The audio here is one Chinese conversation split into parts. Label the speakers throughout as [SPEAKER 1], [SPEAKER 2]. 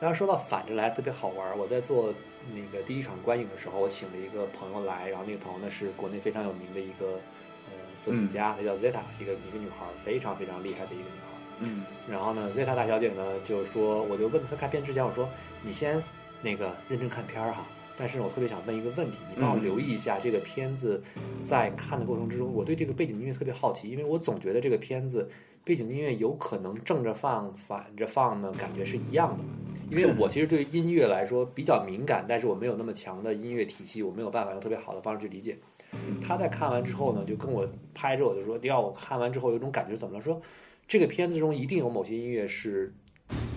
[SPEAKER 1] 然后说到反着来特别好玩儿。我在做那个第一场观影的时候，我请了一个朋友来，然后那个朋友呢是国内非常有名的一个呃作曲家，她叫 Zeta，一个一个女孩儿，非常非常厉害的一个女孩儿。
[SPEAKER 2] 嗯
[SPEAKER 1] 然后呢，Zeta 大小姐呢就说，我就问她看片之前，我说你先那个认真看片儿哈。但是我特别想问一个问题，你帮我
[SPEAKER 2] 嗯
[SPEAKER 1] 留意一下这个片子，在看的过程之中，我对这个背景音乐特别好奇，因为我总觉得这个片子背景音乐有可能正着放、反着放呢，感觉是一样的。因为我其实对音乐来说比较敏感，但是我没有那么强的音乐体系，我没有办法用特别好的方式去理解。他在看完之后呢，就跟我拍着我就说：“迪奥，我看完之后有种感觉是怎么了？说这个片子中一定有某些音乐是，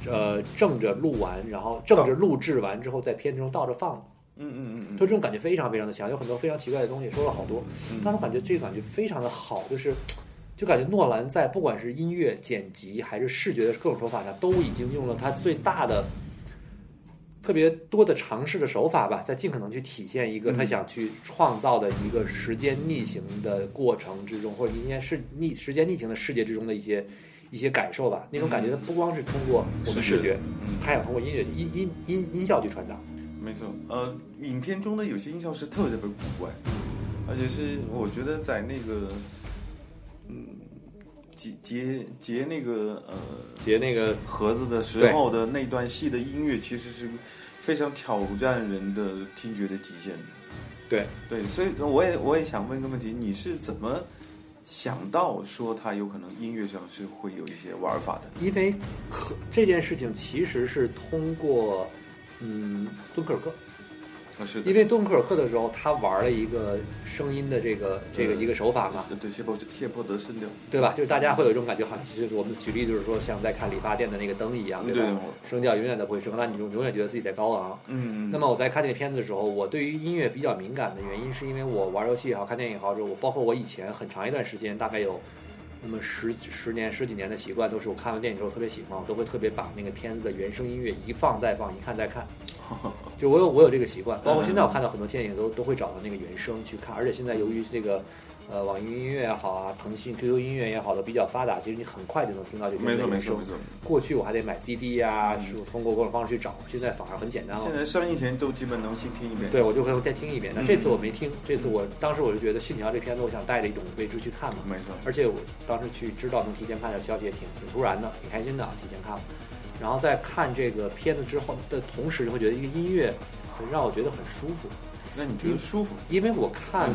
[SPEAKER 1] 呃，正着录完，然后正着录制完之后，在片子中倒着放的。
[SPEAKER 2] 嗯嗯嗯
[SPEAKER 1] 就这种感觉非常非常的强，有很多非常奇怪的东西，说了好多，但我感觉这个感觉非常的好，就是就感觉诺兰在不管是音乐、剪辑还是视觉的各种手法上，都已经用了他最大的、特别多的尝试的手法吧，在尽可能去体现一个他想去创造的一个时间逆行的过程之中，或者应该是逆时间逆行的世界之中的一些。一些感受吧，那种感觉它不光嗯是通过我们
[SPEAKER 2] 视
[SPEAKER 1] 视
[SPEAKER 2] 觉
[SPEAKER 1] 觉，
[SPEAKER 2] 嗯
[SPEAKER 1] 还想通过音乐、音音音音效去传达。
[SPEAKER 2] 嗯，没错。呃，影片中的有些音效是特别特别古怪，而且是我觉得在那个，嗯，截截截那个呃
[SPEAKER 1] 结那个
[SPEAKER 2] 盒子的时
[SPEAKER 1] 对
[SPEAKER 2] 候的那段戏的音乐，其实是非常挑战人的听觉的极限的。
[SPEAKER 1] 对，
[SPEAKER 2] 对，所以我也我也想问一个问题，你是怎么想到说它有可能音乐上是会有一些玩法的？
[SPEAKER 1] 因为可这件事情其实是通过嗯敦刻尔克，
[SPEAKER 2] 啊，是的
[SPEAKER 1] 因，为敦刻尔克的时候他玩了一个声音的这个这个
[SPEAKER 2] 嗯
[SPEAKER 1] 一个手法嘛，
[SPEAKER 2] 对谢泼谢泼德声调，
[SPEAKER 1] 对吧？就是大家会有一种感觉，好像就是我们举例就是说像在看理发店的那个灯一样，
[SPEAKER 2] 对
[SPEAKER 1] 吧？
[SPEAKER 2] 对
[SPEAKER 1] 声调永远的不会升，那你就永远觉得自己在高昂。
[SPEAKER 2] 嗯，
[SPEAKER 1] 那么我在看这个片子的时候，我对于音乐比较敏感的原因，是因为我玩游戏也好，看电影也好，之后我包括我以前很长一段时间，大概有那么十十年、十几年的习惯，都是我看完电影之后特别喜欢，我都会特别把那个片子的原声音乐一放再放，一看再 看。就我有我有这个习惯，包括现在我看到很多电影都都会找到那个原声去看，而且现在由于这个。呃，网易云音乐也好啊，腾讯 QQ 音乐也好的比较发达，其实你很快就能听到这个
[SPEAKER 2] 没错没
[SPEAKER 1] 原
[SPEAKER 2] 错
[SPEAKER 1] 声
[SPEAKER 2] 没。错，嗯
[SPEAKER 1] 过去我还得买 CD 呀、是通过各种方式去找，现在反而很简单了。
[SPEAKER 2] 现在上映前都基本能新听一遍，
[SPEAKER 1] 对，我就会再听一遍。那这次我没听，这次我当时我就觉得《信条》这片子，我想带着一种未知去看嘛。
[SPEAKER 2] 没错，
[SPEAKER 1] 而且我当时去知道能提前看的消息也挺挺突然的，挺开心的，啊提前看了。然后在看这个片子之后的同时，会觉得一个音乐很让我觉得很舒服，
[SPEAKER 2] 那你觉得舒服？
[SPEAKER 1] 因为我看《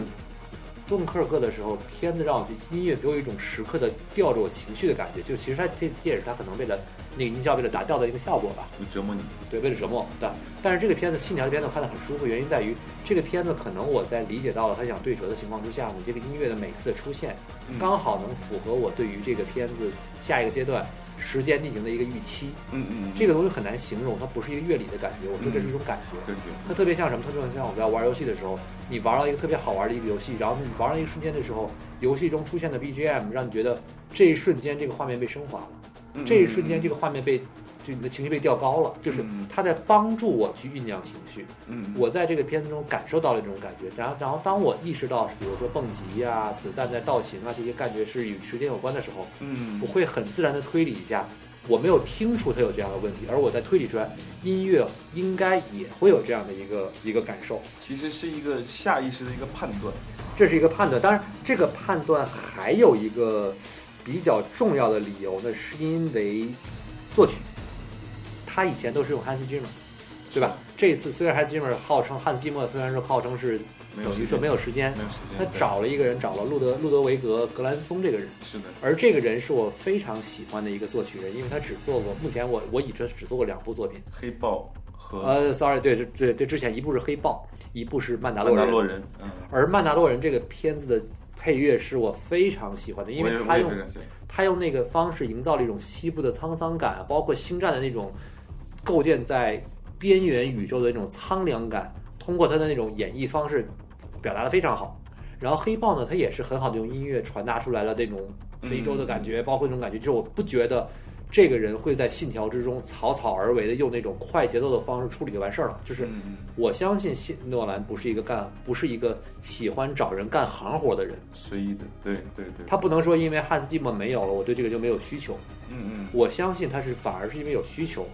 [SPEAKER 1] 敦刻尔克》的时候，片子让我音乐给我一种时刻的吊着我情绪的感觉。就其实它这这也是它可能为了那个音效为了达到的一个效果吧。
[SPEAKER 2] 就折磨你，
[SPEAKER 1] 对，为了折磨我们的。但是这个片子《信条》这片子我看得很舒服，原因在于这个片子可能我在理解到了他想对折的情况之下呢，这个音乐的每次的出现，刚好能符合我对于这个片子下一个阶段时间逆行的一个预期。
[SPEAKER 2] 嗯嗯，嗯
[SPEAKER 1] 这个东西很难形容，它不是一个乐理的感觉，我说这是一种感觉。
[SPEAKER 2] 感觉，
[SPEAKER 1] 它特别像什么？特别像我们在玩游戏的时候，你玩到一个特别好玩的一个游戏，然后你玩到一个瞬间的时候，游戏中出现的 BGM 让你觉得这一瞬间这个画面被升华了，这一瞬间这个画面被就你的情绪被调高了，就是
[SPEAKER 2] 嗯
[SPEAKER 1] 它在帮助我去酝酿情绪。
[SPEAKER 2] 嗯，
[SPEAKER 1] 我在这个片子中感受到了这种感觉，然后然后当我意识到，比如说蹦极呀、子弹在倒行啊这些感觉是与时间有关的时候，
[SPEAKER 2] 嗯
[SPEAKER 1] 我会很自然的推理一下，我没有听出他有这样的问题，而我在推理出来，音乐应该也会有这样的一个一个感受，
[SPEAKER 2] 其实是一个下意识的一个判断，
[SPEAKER 1] 这是一个判断。当然，这个判断还有一个比较重要的理由呢，是因为作曲，他以前都是用汉斯季默，对吧？这次虽然汉斯季默号称汉斯季默虽然说号称是
[SPEAKER 2] 没有
[SPEAKER 1] 等于
[SPEAKER 2] 时
[SPEAKER 1] 说
[SPEAKER 2] 间
[SPEAKER 1] 没有时间
[SPEAKER 2] 没，有时间，
[SPEAKER 1] 他找了一个人，找了路德路德维格格兰松这个人。
[SPEAKER 2] 是的，
[SPEAKER 1] 而这个人是我非常喜欢的一个作曲人，因为他只做过，目前我我已知只做过两部作品。
[SPEAKER 2] 黑豹和
[SPEAKER 1] 呃，sorry，对，这这这之前一部是《黑豹》，一部是《曼达
[SPEAKER 2] 曼
[SPEAKER 1] 洛
[SPEAKER 2] 达
[SPEAKER 1] 人》
[SPEAKER 2] 洛人，嗯，
[SPEAKER 1] 而《曼达洛人》这个片子的配乐是我非常喜欢的，因
[SPEAKER 2] 我
[SPEAKER 1] 为
[SPEAKER 2] 也我
[SPEAKER 1] 他
[SPEAKER 2] 也
[SPEAKER 1] 用
[SPEAKER 2] 非常喜欢，
[SPEAKER 1] 他用那个方式营造了一种西部的沧桑感，包括星战的那种构建在边缘宇宙的那种苍凉感，通过他的那种演绎方式表达的非常好。然后黑豹呢，它也是很好的用音乐传达出来了那种非洲的感觉，包括那种感觉，就是我不觉得这个人会在信条之中草草而为的用那种快节奏的方式处理就完事儿了，就是。
[SPEAKER 2] 嗯，
[SPEAKER 1] 我相信信诺兰不是一个干不是一个喜欢找人干行活的人，
[SPEAKER 2] 嗯随意的，对对对，
[SPEAKER 1] 他不能说因为汉斯季默没有了，我对这个就没有需求。
[SPEAKER 2] 嗯嗯
[SPEAKER 1] 我相信他是反而是因为有需求，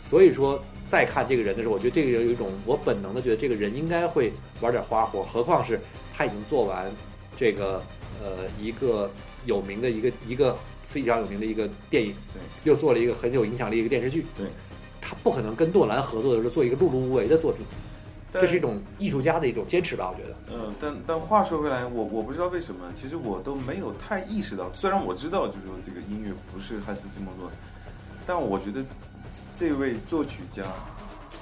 [SPEAKER 1] 所以说，再看这个人的时候，我觉得这个人有一种我本能的觉得这个人应该会玩点花活，何况是他已经做完这个呃一个有名的一个一个非常有名的一个电影，
[SPEAKER 2] 对，
[SPEAKER 1] 又做了一个很有影响力的一个电视剧，
[SPEAKER 2] 对，
[SPEAKER 1] 他不可能跟诺兰合作的时候做一个碌碌无为的作品，
[SPEAKER 2] 但
[SPEAKER 1] 这是一种艺术家的一种坚持吧，我觉得。嗯
[SPEAKER 2] 呃，但但话说回来，我我不知道为什么，其实我都没有太意识到。虽然我知道，就是说这个音乐不是汉斯季默做的，但我觉得这位作曲家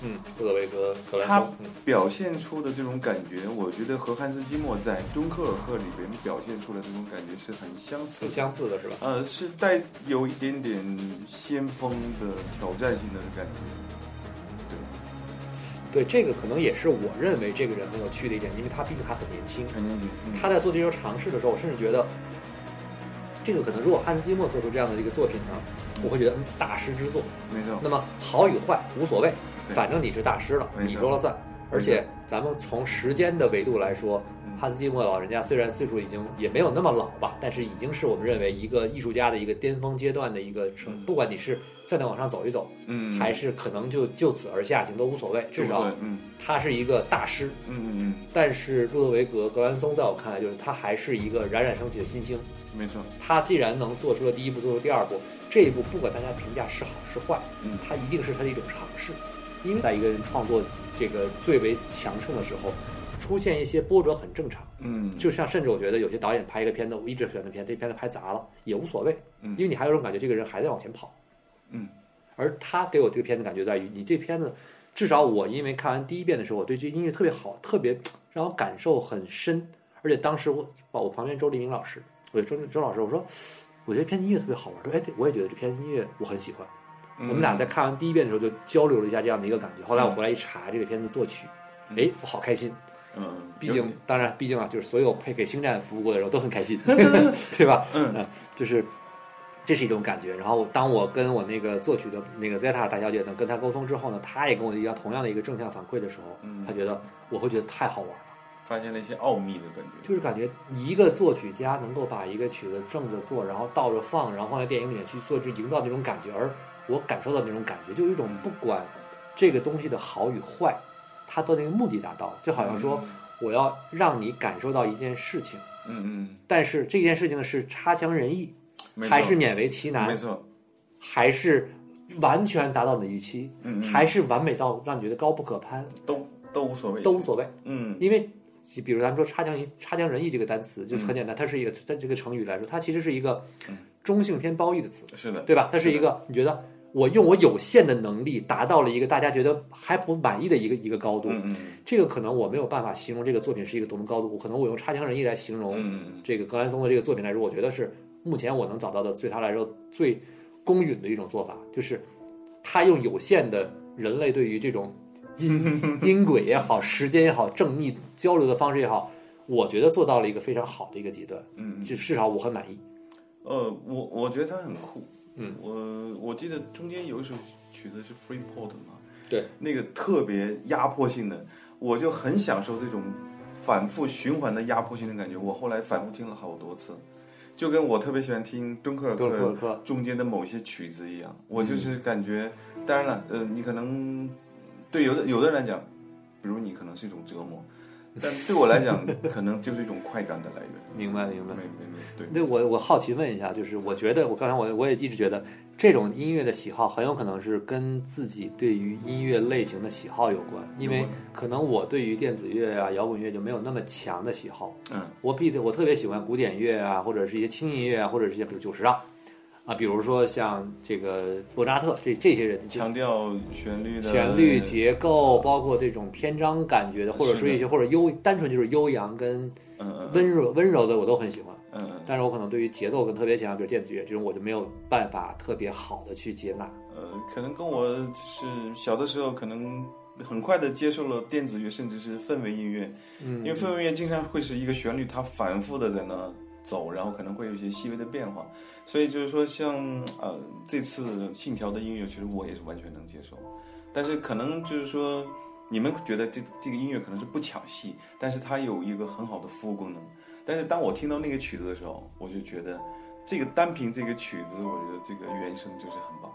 [SPEAKER 1] 嗯，德维格格兰
[SPEAKER 2] 他
[SPEAKER 1] 松，嗯
[SPEAKER 2] 表现出的这种感觉，我觉得和汉斯季默在《敦刻尔克》里边表现出来这种感觉是很相
[SPEAKER 1] 是
[SPEAKER 2] 似的。
[SPEAKER 1] 相似的是吧？
[SPEAKER 2] 呃，是带有一点点先锋的挑战性的感觉。对，
[SPEAKER 1] 对，这个可能也是我认为这个人很有趣的一点，因为他毕竟还很年轻。
[SPEAKER 2] 陈年杰，嗯
[SPEAKER 1] 他在做这些尝试的时候，我甚至觉得，这个可能如果汉斯季默做出这样的一个作品呢，我会觉得嗯大师之作。
[SPEAKER 2] 没错，
[SPEAKER 1] 那么好与坏无所谓，
[SPEAKER 2] 对
[SPEAKER 1] 反正你是大师了，
[SPEAKER 2] 没错
[SPEAKER 1] 你说了算。而且咱们从时间的维度来说
[SPEAKER 2] 嗯，
[SPEAKER 1] 汉斯季默老人家虽然岁数已经也没有那么老吧，但是已经是我们认为一个艺术家的一个巅峰阶段的一个，不管你是再能往上走一走，
[SPEAKER 2] 嗯，
[SPEAKER 1] 还啊是可能就就此而下行都无所谓，至少
[SPEAKER 2] 对嗯
[SPEAKER 1] 他是一个大师。
[SPEAKER 2] 嗯嗯
[SPEAKER 1] 但是路德维格·格兰松在我看来，就是他还是一个冉冉升起的新星。
[SPEAKER 2] 嗯，没错，
[SPEAKER 1] 他既然能做出了第一步，做出第二步，这一步不管大家评价是好是坏，
[SPEAKER 2] 嗯
[SPEAKER 1] 他一定是他的一种尝试。因为在一个人创作这个最为强盛的时候，出现一些波折很正常。
[SPEAKER 2] 嗯，
[SPEAKER 1] 就像甚至我觉得有些导演拍一个片子，我一直选的片，这片子拍砸了也无所谓，
[SPEAKER 2] 嗯
[SPEAKER 1] 因为你还有种感觉，这个人还在往前跑。
[SPEAKER 2] 嗯，
[SPEAKER 1] 而他给我这个片子感觉在于，你这片子至少我因为看完第一遍的时候，我对这音乐特别好，特别让我感受很深。而且当时我哇我旁边周黎明老师，我就周周老师我说，我觉得这片子音乐特别好玩，说哎对，我也觉得这片子音乐我很喜欢。
[SPEAKER 2] 嗯
[SPEAKER 1] 我们俩在看完第一遍的时候就交流了一下这样的一个感觉。后来我回来一查这个片子作曲，哎，我好开心。
[SPEAKER 2] 嗯，
[SPEAKER 1] 毕竟，当然，毕竟啊，就是所有配给星战服务过的人我都很开心，对吧？嗯、就是这是一种感觉。然后，当我跟我那个作曲的那个 Zeta 大小姐呢，跟她沟通之后呢，她也跟我一样同样的一个正向反馈的时候，她觉得我会觉得太好玩了，
[SPEAKER 2] 发现了一些奥秘的感觉。
[SPEAKER 1] 就是感觉一个作曲家能够把一个曲子正着做，然后倒着放，然后放在电影里面去做，就营造这种感觉，而我感受到那种感觉，就有一种不管这个东西的好与坏，它的那个目的达到了，就好像说。我要让你感受到一件事情，
[SPEAKER 2] 嗯
[SPEAKER 1] 但是这件事情是差强人意，
[SPEAKER 2] 嗯，
[SPEAKER 1] 还是勉为其
[SPEAKER 2] 没
[SPEAKER 1] 难，
[SPEAKER 2] 错，
[SPEAKER 1] 还是完全达到你的预期，
[SPEAKER 2] 嗯嗯，
[SPEAKER 1] 还是完美到让你觉得高不可攀，
[SPEAKER 2] 都都无所谓，
[SPEAKER 1] 都无所谓。
[SPEAKER 2] 嗯
[SPEAKER 1] 因为比如咱们说差强人差强人意这个单词，
[SPEAKER 2] 嗯
[SPEAKER 1] 就是很简单，它是一个在这个成语来说，它其实是一个中性偏褒义的词，
[SPEAKER 2] 是的，
[SPEAKER 1] 对吧？它是一个你觉得我用我有限的能力达到了一个大家觉得还不满意的一个一个高度，
[SPEAKER 2] 嗯嗯
[SPEAKER 1] 这个可能我没有办法形容这个作品是一个多么高度，可能我用差强人意来形容
[SPEAKER 2] 嗯
[SPEAKER 1] 这个格兰松的这个作品来说，我觉得是目前我能找到的对他来说最公允的一种做法，就是他用有限的人类对于这种因因轨也好、时间也好、正逆交流的方式也好，我觉得做到了一个非常好的一个极端，
[SPEAKER 2] 嗯嗯，
[SPEAKER 1] 就至少我很满意。
[SPEAKER 2] 呃，我我觉得他很酷，
[SPEAKER 1] 嗯，
[SPEAKER 2] 我我记得中间有一首曲子是 Freeport 嘛，
[SPEAKER 1] 对，
[SPEAKER 2] 那个特别压迫性的，我就很享受这种反复循环的压迫性的感觉。我后来反复听了好多次，就跟我特别喜欢听敦刻尔
[SPEAKER 1] 多
[SPEAKER 2] 克
[SPEAKER 1] 尔嗯克克，
[SPEAKER 2] 中间的某些曲子一样，我就是感觉，当然了，呃，你可能对有的有的人来讲，比如你可能是一种折磨，但对我来讲，可能就是一种快感的 来源。
[SPEAKER 1] 明白明白
[SPEAKER 2] 没。没没，对，
[SPEAKER 1] 那我我好奇问一下，就是我觉得我刚才我我也一直觉得这种音乐的喜好很有可能是跟自己对于音乐类型的喜好有关，因为可能我对于电子乐啊、摇滚乐就没有那么强的喜好。
[SPEAKER 2] 嗯，
[SPEAKER 1] 我比我特别喜欢古典乐啊，或者是一些轻音乐啊，或者是一些比如九十让啊，比如说像这个莫扎特这这些人，
[SPEAKER 2] 强调旋律的
[SPEAKER 1] 旋律结构，包括这种篇章感觉的，呃或者说一些或者悠单纯就是悠扬跟
[SPEAKER 2] 嗯嗯
[SPEAKER 1] 温柔温柔的，我都很喜欢。
[SPEAKER 2] 嗯嗯，
[SPEAKER 1] 但是我可能对于节奏更特别强，比如电子乐这种，我就没有办法特别好的去接纳。
[SPEAKER 2] 呃，可能跟我是小的时候，可能很快的接受了电子乐，甚至是氛围音乐，
[SPEAKER 1] 嗯
[SPEAKER 2] 因为氛围音乐经常会是一个旋律，它反复的在那走，然后可能会有一些细微的变化，所以就是说像，呃这次信条的音乐，其实我也是完全能接受，但是可能就是说。你们觉得这这个音乐可能是不抢戏，但是它有一个很好的服务功能。但是当我听到那个曲子的时候，我就觉得这个单凭这个曲子，我觉得这个原声就是很棒。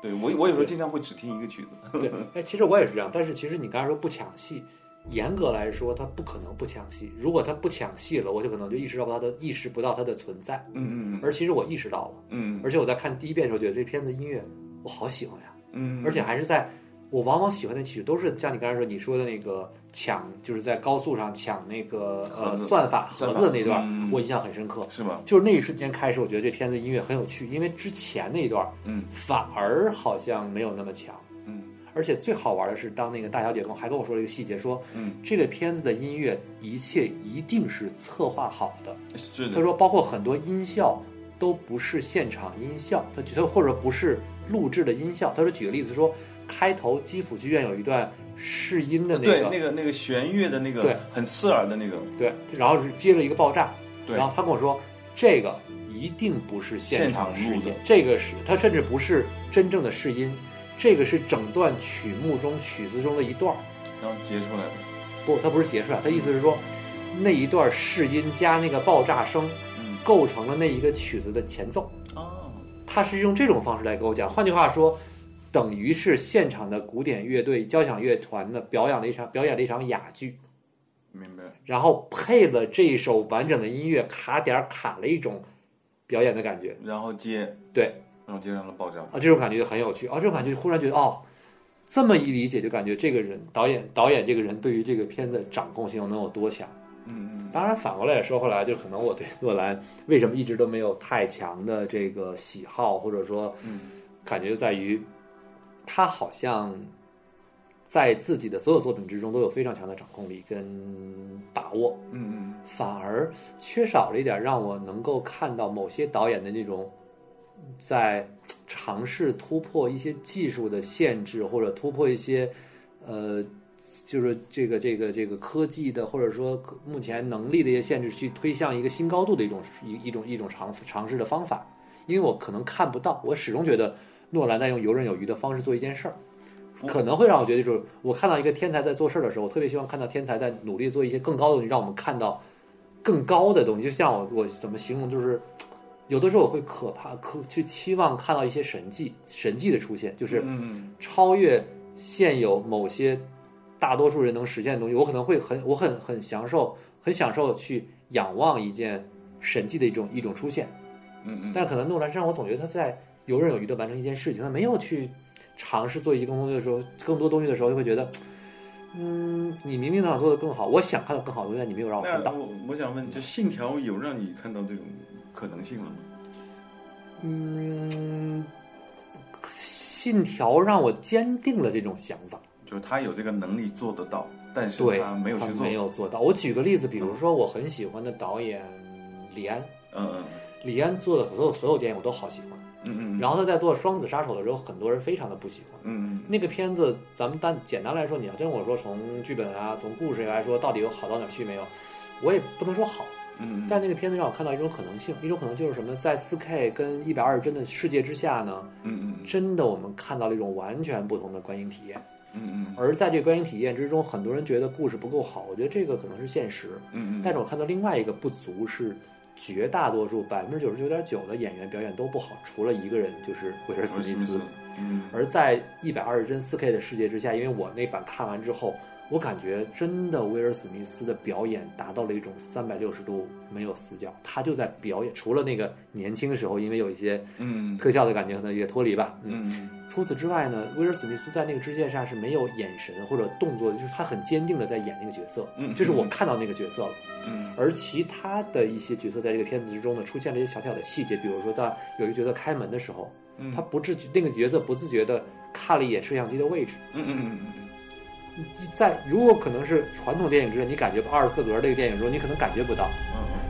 [SPEAKER 2] 对我我有时候经常会只听一个曲子，
[SPEAKER 1] 对，哎，其实我也是这样，但是其实你刚才说不抢戏，严格来说它不可能不抢戏。如果它不抢戏了，我就可能就意识到它的意识不到它的存在。
[SPEAKER 2] 嗯嗯
[SPEAKER 1] 而其实我意识到了，
[SPEAKER 2] 嗯
[SPEAKER 1] 而且我在看第一遍的时候觉得这片子音乐我好喜欢呀，
[SPEAKER 2] 嗯
[SPEAKER 1] 而且还是在我往往喜欢的曲都是像你刚才说你说的那个抢，就是在高速上抢那个
[SPEAKER 2] 盒
[SPEAKER 1] 呃
[SPEAKER 2] 子
[SPEAKER 1] 算法盒
[SPEAKER 2] 算法
[SPEAKER 1] 子的那段
[SPEAKER 2] 嗯，
[SPEAKER 1] 我印象很深刻。
[SPEAKER 2] 是吗？
[SPEAKER 1] 就是那一瞬间开始，我觉得这片子音乐很有趣，因为之前那一段
[SPEAKER 2] 嗯
[SPEAKER 1] 反而好像没有那么强。
[SPEAKER 2] 嗯
[SPEAKER 1] 而且最好玩的是，当那个大小姐跟我还跟我说了一个细节，说
[SPEAKER 2] 嗯，
[SPEAKER 1] 这个片子的音乐一切一定是策划好的。
[SPEAKER 2] 是
[SPEAKER 1] 她
[SPEAKER 2] 的，
[SPEAKER 1] 说，包括很多音效都不是现场音效，她觉得或者不是录制的音效。她说，举个例子说，开头基辅剧院有一段试音的那
[SPEAKER 2] 对
[SPEAKER 1] 个，
[SPEAKER 2] 那个那个弦乐的那个
[SPEAKER 1] 对
[SPEAKER 2] 很刺耳的那个，
[SPEAKER 1] 对然后是接了一个爆炸，
[SPEAKER 2] 对
[SPEAKER 1] 然后她跟我说，这个一定不是现场试
[SPEAKER 2] 现场录
[SPEAKER 1] 音
[SPEAKER 2] 的，
[SPEAKER 1] 这个是它甚至不是真正的试音，这个是整段曲目中曲子中的一段儿。
[SPEAKER 2] 然后截出来的，
[SPEAKER 1] 不，它不是结束啊，它意思是说，那一段试音加那个爆炸声，
[SPEAKER 2] 嗯
[SPEAKER 1] 构成了那一个曲子的前奏。
[SPEAKER 2] 哦，
[SPEAKER 1] 他是用这种方式来跟我讲，换句话说，等于是现场的古典乐队交响乐团的表演了一场表演了一场哑剧，
[SPEAKER 2] 明白，
[SPEAKER 1] 然后配了这一首完整的音乐，卡点儿卡了一种表演的感觉
[SPEAKER 2] 然后接，
[SPEAKER 1] 对，
[SPEAKER 2] 然后接上了爆炸，
[SPEAKER 1] 啊，这种感觉就很有趣啊，这种感觉忽然觉得哦。这么一理解，就感觉这个人导演导演这个人对于这个片子的掌控性能有多强？
[SPEAKER 2] 嗯
[SPEAKER 1] 当然，反过来也说回来，就可能我对诺兰为什么一直都没有太强的这个喜好，或者说
[SPEAKER 2] 嗯嗯，
[SPEAKER 1] 感觉就在于，他好像在自己的所有作品之中都有非常强的掌控力跟把握，
[SPEAKER 2] 嗯嗯
[SPEAKER 1] 反而缺少了一点让我能够看到某些导演的那种在尝试突破一些技术的限制，或者突破一些呃，就是这个这个这个科技的，或者说目前能力的一些限制，去推向一个新高度的一种一一种一种尝尝试的方法。因为我可能看不到，我始终觉得诺兰在用游刃有余的方式做一件事儿。可能会让我觉得，就是我看到一个天才在做事儿的时候，我特别希望看到天才在努力做一些更高的东西，让我们看到更高的东西。就像我我怎么形容，就是有的时候我会可怕可去期望看到一些神迹，神迹的出现，就是
[SPEAKER 2] 嗯
[SPEAKER 1] 超越现有某些大多数人能实现的东西。我可能会很我很很享受，很享受去仰望一件神迹的一种一种出现。
[SPEAKER 2] 嗯嗯嗯，
[SPEAKER 1] 但可能诺兰身上，我总觉得他在游刃有余的完成一件事情，他没有去尝试做一些更多的时候，更多东西的时候，就会觉得，嗯，你明明能想做的更好，我想看到更好的东西，但你没有让我看到。
[SPEAKER 2] 那我我想问，这《信条》有让你看到这种可能性了吗？
[SPEAKER 1] 嗯，信条让我坚定了这种想法，
[SPEAKER 2] 就是他有这个能力做得到，但是
[SPEAKER 1] 对
[SPEAKER 2] 他没有
[SPEAKER 1] 他
[SPEAKER 2] 去做
[SPEAKER 1] 没，有做到。我举个例子，比如说我很喜欢的导演李安，
[SPEAKER 2] 嗯嗯
[SPEAKER 1] 李安做的所有所有电影我都好喜欢。
[SPEAKER 2] 嗯嗯
[SPEAKER 1] 然后他在做《双子杀手》的时候，很多人非常的不喜欢。
[SPEAKER 2] 嗯
[SPEAKER 1] 那个片子，咱们单简单来说，你要真跟我说从剧本啊，从故事来说，到底有好到哪儿去没有？我也不能说好，
[SPEAKER 2] 嗯
[SPEAKER 1] 但那个片子让我看到一种可能性，一种可能就是什么呢，在4 K 跟1 2 0帧的世界之下呢，
[SPEAKER 2] 嗯嗯
[SPEAKER 1] 真的我们看到了一种完全不同的观影体验。
[SPEAKER 2] 嗯
[SPEAKER 1] 而在这个观影体验之中，很多人觉得故事不够好，我觉得这个可能是现实，
[SPEAKER 2] 嗯
[SPEAKER 1] 但是我看到另外一个不足是，绝大多数百分之九十九点九的演员表演都不好，除了一个人就是威尔史密斯。，
[SPEAKER 2] 嗯
[SPEAKER 1] 而在一百二十帧四 K 的世界之下，因为我那版看完之后，我感觉真的威尔史密斯的表演达到了一种三百六十度没有死角，他就在表演。除了那个年轻时候，因为有一些
[SPEAKER 2] 嗯
[SPEAKER 1] 特效的感觉，可能也脱离吧。嗯，
[SPEAKER 2] 嗯
[SPEAKER 1] 除此之外呢，威尔史密斯在那个支线上是没有眼神或者动作，就是他很坚定的在演那个角色。
[SPEAKER 2] 嗯
[SPEAKER 1] 这是我看到那个角色了。
[SPEAKER 2] 嗯
[SPEAKER 1] 而其他的一些角色在这个片子之中呢，出现了一些小小的细节，比如说在有一个角色开门的时候，
[SPEAKER 2] 嗯
[SPEAKER 1] 他不自觉那个角色不自觉的看了一眼摄像机的位置。
[SPEAKER 2] 嗯嗯
[SPEAKER 1] 在如果可能是传统电影之中，你感觉二十四格这个电影中，你可能感觉不到，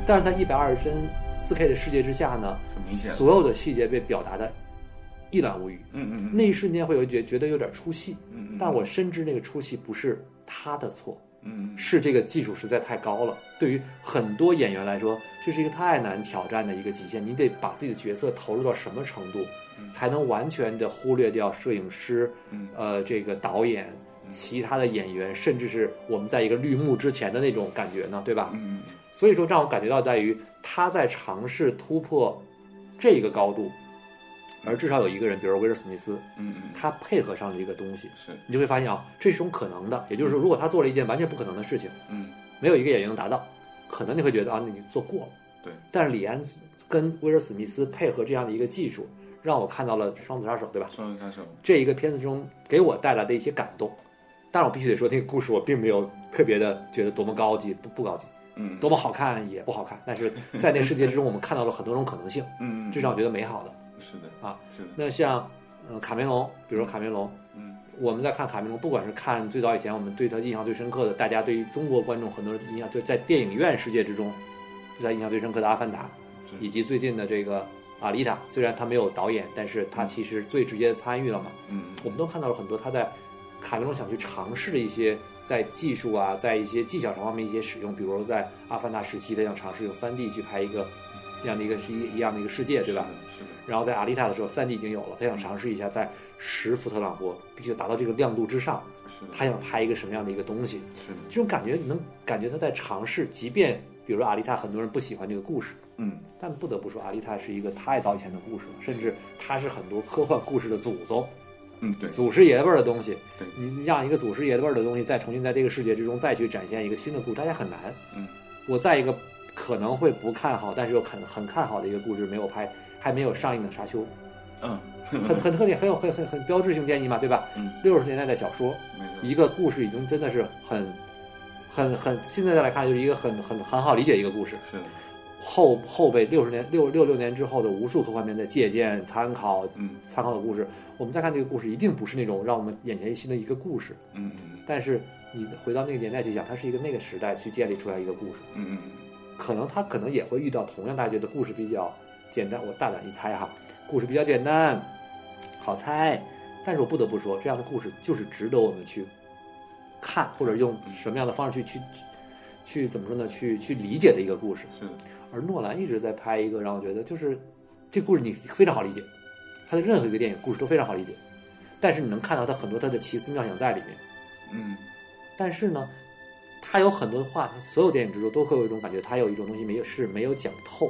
[SPEAKER 1] 但是在一百二十帧四 K 的世界之下呢
[SPEAKER 2] 很，明显
[SPEAKER 1] 所有的细节被表达的一览无余。
[SPEAKER 2] 嗯嗯
[SPEAKER 1] 那一瞬间会有觉觉得有点出戏，
[SPEAKER 2] 嗯
[SPEAKER 1] 但我深知那个出戏不是他的错，
[SPEAKER 2] 嗯
[SPEAKER 1] 是这个技术实在太高了。对于很多演员来说，这是一个太难挑战的一个极限。你得把自己的角色投入到什么程度，才能完全的忽略掉摄影师
[SPEAKER 2] 嗯、
[SPEAKER 1] 呃这个导演、其他的演员，甚至是我们在一个绿幕之前的那种感觉呢？对吧？
[SPEAKER 2] 嗯
[SPEAKER 1] 所以说，让我感觉到在于他在尝试突破这个高度，而至少有一个人，比如威尔史密斯，
[SPEAKER 2] 嗯嗯，
[SPEAKER 1] 他配合上了一个东西，
[SPEAKER 2] 是，
[SPEAKER 1] 你就会发现啊，这是种可能的。也就是说，如果他做了一件完全不可能的事情，
[SPEAKER 2] 嗯，
[SPEAKER 1] 没有一个演员能达到，可能你会觉得啊，那你做过了。
[SPEAKER 2] 对，
[SPEAKER 1] 但是李安跟威尔史密斯配合这样的一个技术，让我看到了《双子杀手》，对吧？
[SPEAKER 2] 双人杀手，
[SPEAKER 1] 这一个片子中给我带来的一些感动。但是我必须得说，那个故事我并没有特别的觉得多么高级，不不高级，
[SPEAKER 2] 嗯
[SPEAKER 1] 多么好看也不好看。但是在那世界之中，我们看到了很多种可能性，
[SPEAKER 2] 嗯嗯，
[SPEAKER 1] 这是让我觉得美好的。
[SPEAKER 2] 是的
[SPEAKER 1] 啊，
[SPEAKER 2] 是的，
[SPEAKER 1] 那像呃卡梅隆，比如说卡梅隆，
[SPEAKER 2] 嗯，
[SPEAKER 1] 我们在看卡梅隆，不管是看最早以前我们对他印象最深刻的，大家对于中国观众很多人印象，就在电影院世界之中，对他印象最深刻的《阿凡达》，
[SPEAKER 2] 是
[SPEAKER 1] 以及最近的这个《阿丽塔》，虽然他没有导演，但是他其实最直接的参与了嘛。
[SPEAKER 2] 嗯
[SPEAKER 1] 我们都看到了很多他在卡梅隆想去尝试的一些在技术啊，在一些技巧上方面一些使用，比如说在《阿凡达》时期，他想尝试用 3D 去拍一个这样的一个是一一样的一个世界，对吧？？
[SPEAKER 2] 是的，
[SPEAKER 1] 然后在阿丽塔的时候，3D 已经有了，他想尝试一下在十伏特朗波必须达到这个亮度之上，
[SPEAKER 2] 是的，
[SPEAKER 1] 他想拍一个什么样的一个东西？
[SPEAKER 2] 是的，
[SPEAKER 1] 这种感觉你能感觉他在尝试，即便比如说阿丽塔，很多人不喜欢这个故事，
[SPEAKER 2] 嗯，
[SPEAKER 1] 但不得不说阿丽塔是一个太早以前的故事了，甚至它是很多科幻故事的祖宗，
[SPEAKER 2] 嗯，对，
[SPEAKER 1] 祖师爷辈儿的东西
[SPEAKER 2] 对。
[SPEAKER 1] 你让一个祖师爷辈儿的东西再重新在这个世界之中再去展现一个新的故事，大家很难。
[SPEAKER 2] 嗯，
[SPEAKER 1] 我在一个可能会不看好，但是又很很看好的一个故事没有拍，还没有上映的《沙丘》。
[SPEAKER 2] 嗯，
[SPEAKER 1] 很很特点，很有很很很标志性建议嘛，对吧？
[SPEAKER 2] 嗯，
[SPEAKER 1] 六十年代的小说，
[SPEAKER 2] 没错，
[SPEAKER 1] 一个故事已经真的是很、很、很，现在再来看就是一个很、很很好理解一个故事。
[SPEAKER 2] 是的，
[SPEAKER 1] 后后辈六十年六六六年之后的无数科幻片的借鉴、参考、
[SPEAKER 2] 嗯
[SPEAKER 1] 参考的故事，我们再看这个故事，一定不是那种让我们眼前一新的一个故事，
[SPEAKER 2] 嗯嗯
[SPEAKER 1] 但是你回到那个年代去想，它是一个那个时代去建立出来一个故事，
[SPEAKER 2] 嗯
[SPEAKER 1] 可能他可能也会遇到同样大家觉得故事比较简单，我大胆一猜哈，故事比较简单，好猜。但是我不得不说，这样的故事就是值得我们去看，或者用什么样的方式去去去怎么说呢？去去理解的一个故事。
[SPEAKER 2] 嗯，是的，
[SPEAKER 1] 而诺兰一直在拍一个让我觉得就是这故事你非常好理解，他的任何一个电影故事都非常好理解，但是你能看到他很多他的奇思妙想在里面。
[SPEAKER 2] 嗯
[SPEAKER 1] 但是呢，他有很多的话，所有电影之中都会有一种感觉，他有一种东西没有是没有讲透，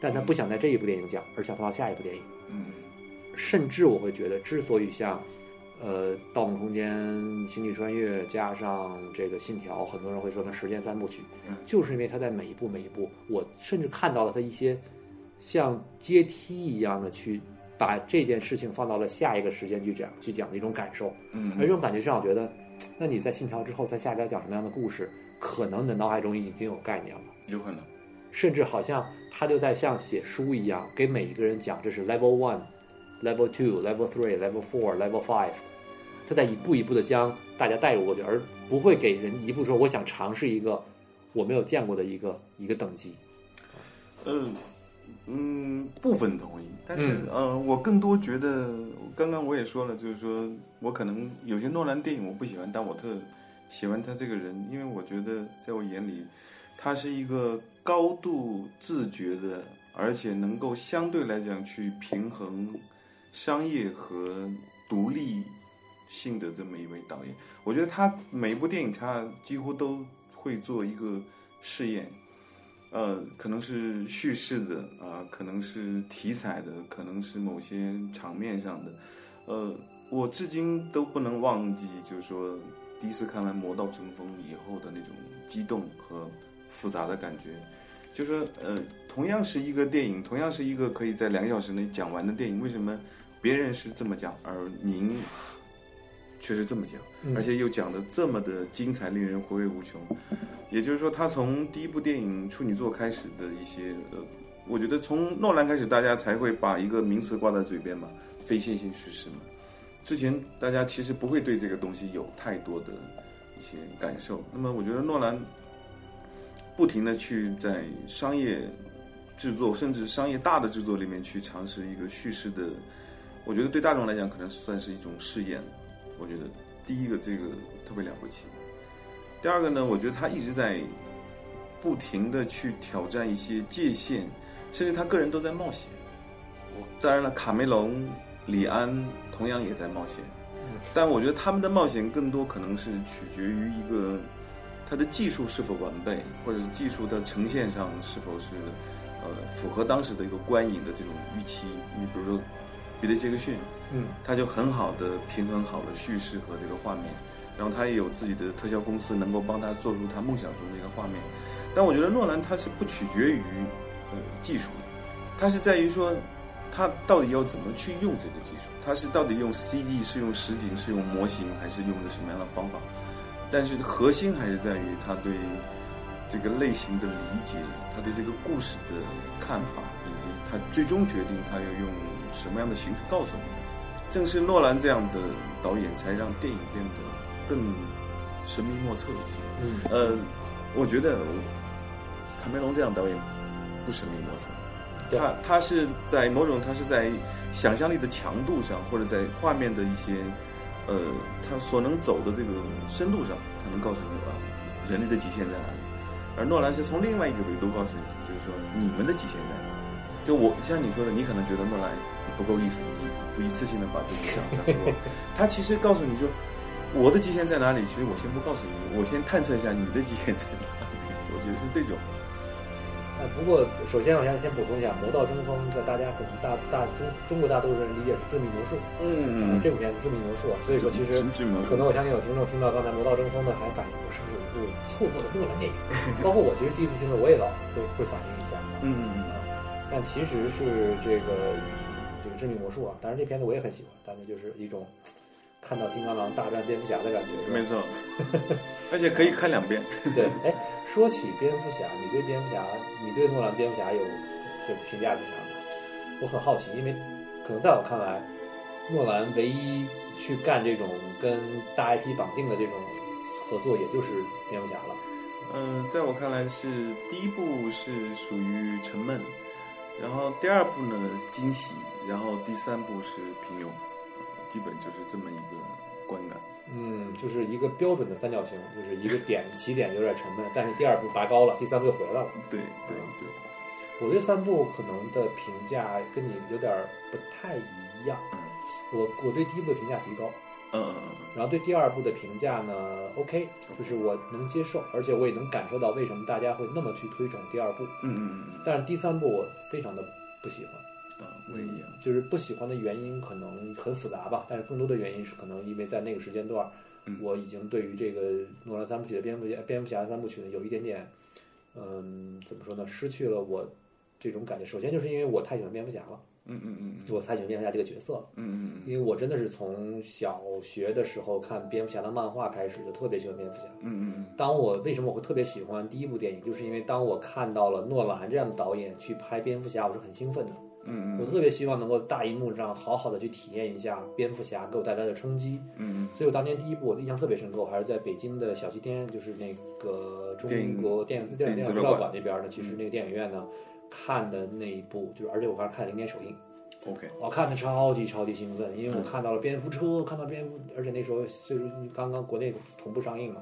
[SPEAKER 1] 但他不想在这一部电影讲，而想放到下一部电影。
[SPEAKER 2] 嗯
[SPEAKER 1] 甚至我会觉得，之所以像呃《盗梦空间》《星际穿越》加上这个《信条》，很多人会说它时间三部曲
[SPEAKER 2] 嗯，
[SPEAKER 1] 就是因为它在每一步每一步，我甚至看到了它一些像阶梯一样的去把这件事情放到了下一个时间去讲去讲的一种感受。而这
[SPEAKER 2] 嗯，
[SPEAKER 1] 种感觉是让我觉得，那你在信条之后，在下一条讲什么样的故事，可能你的脑海中已经有概念了，
[SPEAKER 2] 有可能，
[SPEAKER 1] 甚至好像他就在像写书一样，给每一个人讲这是 level one、level two、level three、level four、level five，他在一步一步的将大家带入过去，而不会给人一步说我想尝试一个我没有见过的一个一个等级。
[SPEAKER 2] 呃，嗯，部分同意，但是呃，我更多觉得，刚刚我也说了，就是说我可能有些诺兰电影我不喜欢，但我特喜欢他这个人，因为我觉得在我眼里，他是一个高度自觉的，而且能够相对来讲去平衡商业和独立性的这么一位导演。我觉得他每一部电影，他几乎都会做一个试验，呃，可能是叙事的啊、可能是题材的，可能是某些场面上的，呃，我至今都不能忘记，就是说第一次看完《魔道争锋》以后的那种激动和复杂的感觉。就是说呃，同样是一个电影，同样是一个可以在两个小时内讲完的电影，为什么别人是这么讲，而您却是这么讲？而且又讲的这么的精彩，令人回味无穷。也就是说，他从第一部电影《处女座》开始的一些呃，我觉得从诺兰开始，大家才会把一个名词挂在嘴边嘛，非线性叙事嘛。之前大家其实不会对这个东西有太多的一些感受。那么，我觉得诺兰不停的去在商业制作，甚至商业大的制作里面去尝试一个叙事的，我觉得对大众来讲可能算是一种试验。我觉得第一个这个特别了不起，第二个呢，我觉得他一直在不停的去挑战一些界限，甚至他个人都在冒险。我当然了，卡梅隆、李安同样也在冒险，但我觉得他们的冒险更多可能是取决于一个他的技术是否完备，或者是技术的呈现上是否是呃符合当时的一个观影的这种预期。你比如说，彼得杰克逊，
[SPEAKER 1] 嗯，
[SPEAKER 2] 他就很好的平衡好了叙事和这个画面，然后他也有自己的特效公司能够帮他做出他梦想中的一个画面。但我觉得诺兰他是不取决于呃技术的，他是在于说他到底要怎么去用这个技术，他是到底用 CG 是用实景是用模型还是用的什么样的方法？但是核心还是在于他对这个类型的理解，他对这个故事的看法，以及他最终决定他要用什么样的形式告诉你。正是诺兰这样的导演，才让电影变得更神秘莫测一些。
[SPEAKER 1] 嗯，
[SPEAKER 2] 呃，我觉得卡梅隆这样导演不神秘莫测，
[SPEAKER 1] 对
[SPEAKER 2] 他他是在某种他是在想象力的强度上，或者在画面的一些呃他所能走的这个深度上，他能告诉你啊人类的极限在哪里。而诺兰是从另外一个维度告诉你，就是说你们的极限在哪里。就我像你说的，你可能觉得诺兰不够意思，你不一次性的把自己想讲说，他其实告诉你说我的极限在哪里？其实我先不告诉你，我先探测一下你的极限在哪里。我觉得是这种，
[SPEAKER 1] 呃，不过首先我想先补充一下，《魔道争锋》在大家可能大大中中国大多数人理解是致命魔术，
[SPEAKER 2] 嗯
[SPEAKER 1] 这部片子致命魔术啊，所以说其实
[SPEAKER 2] 这么
[SPEAKER 1] 可能我相信有听众听到刚才《魔道争锋》呢，还反映我是不是有一部错过的诺兰电影？ 包括我其实第一次听的我也老会会反映一下，啊
[SPEAKER 2] 嗯
[SPEAKER 1] 但其实是这个这个致命魔术啊，当然这片子我也很喜欢，但是就是一种看到金刚狼大战蝙蝠侠的感觉，是吧
[SPEAKER 2] 没错，而且可以看两遍。
[SPEAKER 1] 对，哎，说起蝙蝠侠，你对蝙蝠侠，你对诺兰蝙蝠侠有是评价怎么样的？我很好奇，因为可能在我看来，诺兰唯一去干这种跟大 IP 绑定的这种合作，也就是蝙蝠侠了。
[SPEAKER 2] 嗯、在我看来是第一部是属于沉闷，然后第二部呢惊喜，然后第三部是平庸，呃基本就是这么一个观感。
[SPEAKER 1] 嗯，就是一个标准的三角形，就是一个点起点有点沉闷，但是第二部拔高了，第三部又回来了。
[SPEAKER 2] 对对对，
[SPEAKER 1] 我对三部可能的评价跟你有点儿不太一样，我我对第一部的评价极高。
[SPEAKER 2] 嗯嗯嗯
[SPEAKER 1] 然后对第二部的评价呢，OK，就是我能接受，而且我也能感受到为什么大家会那么去推崇第二部。
[SPEAKER 2] 嗯嗯嗯
[SPEAKER 1] 但是第三部我非常的不喜欢，
[SPEAKER 2] 嗯，啊，我也一样。
[SPEAKER 1] 就是不喜欢的原因可能很复杂吧，但是更多的原因是可能因为在那个时间段，
[SPEAKER 2] 嗯
[SPEAKER 1] 我已经对于这个诺兰三部曲的蝙蝠侠蝙蝠侠三部曲呢有一点点，嗯，怎么说呢，失去了我这种感觉。首先就是因为我太喜欢蝙蝠侠了，
[SPEAKER 2] 嗯嗯嗯
[SPEAKER 1] 我太喜欢蝙蝠侠这个角色了。
[SPEAKER 2] 嗯嗯嗯
[SPEAKER 1] 因为我真的是从小学的时候看蝙蝠侠的漫画开始，就特别喜欢蝙蝠侠。
[SPEAKER 2] 嗯嗯
[SPEAKER 1] 当我为什么我会特别喜欢第一部电影，就是因为当我看到了诺兰这样的导演去拍蝙蝠侠，我是很兴奋的。
[SPEAKER 2] 嗯
[SPEAKER 1] 我特别希望能够大荧幕上好好的去体验一下蝙蝠侠给我带来的冲击。
[SPEAKER 2] 嗯嗯
[SPEAKER 1] 所以我当年第一部我的印象特别深刻，我还是在北京的小西天，就是那个中
[SPEAKER 2] 电影
[SPEAKER 1] 国电影
[SPEAKER 2] 电
[SPEAKER 1] 电
[SPEAKER 2] 影
[SPEAKER 1] 影
[SPEAKER 2] 资
[SPEAKER 1] 资
[SPEAKER 2] 料
[SPEAKER 1] 料
[SPEAKER 2] 馆嗯
[SPEAKER 1] 馆那边呢，其实那个电影院呢看的那一部，就是而且我还是看零点首映。
[SPEAKER 2] ，OK。
[SPEAKER 1] 我看的超级超级兴奋，因为我看到了蝙蝠车，看到蝙蝠，而且那时候岁数刚刚国内同步上映嘛，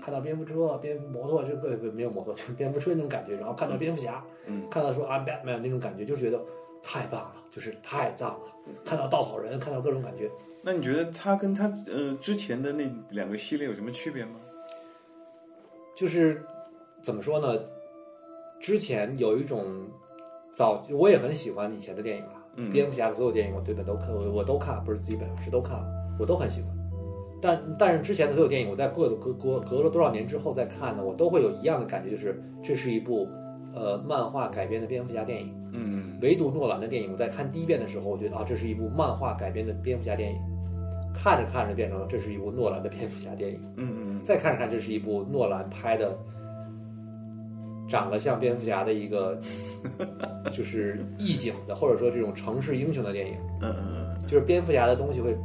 [SPEAKER 1] 看到蝙蝠车、蝙蝠摩托，这个不没有摩托，就是蝙蝠车那种感觉，然后看到蝙蝠侠，
[SPEAKER 2] 嗯
[SPEAKER 1] 看到说 I'm Batman 那种感觉，就觉得太棒了，就是太赞了。看到稻草人，看到各种感觉，
[SPEAKER 2] 那你觉得它跟它呃之前的那两个系列有什么区别吗？
[SPEAKER 1] 就是怎么说呢？之前有一种早，我也很喜欢以前的电影啊，
[SPEAKER 2] 嗯
[SPEAKER 1] 蝙蝠侠的所有电影我基本都看，我我都看，不是基本上是都看，我都很喜欢。但但是之前的所有电影，我在过了隔隔隔了多少年之后再看呢，我都会有一样的感觉，就是这是一部呃漫画改编的蝙蝠侠电影。
[SPEAKER 2] 嗯
[SPEAKER 1] 唯独诺兰的电影，我在看第一遍的时候，我觉得啊，这是一部漫画改编的蝙蝠侠电影。看着看着变成了这是一部诺兰的蝙蝠侠电影。
[SPEAKER 2] 嗯嗯
[SPEAKER 1] 再看着看，这是一部诺兰拍的，长得像蝙蝠侠的一个，就是意境的，或者说这种城市英雄的电影。
[SPEAKER 2] 嗯嗯
[SPEAKER 1] 就是蝙蝠侠的东西会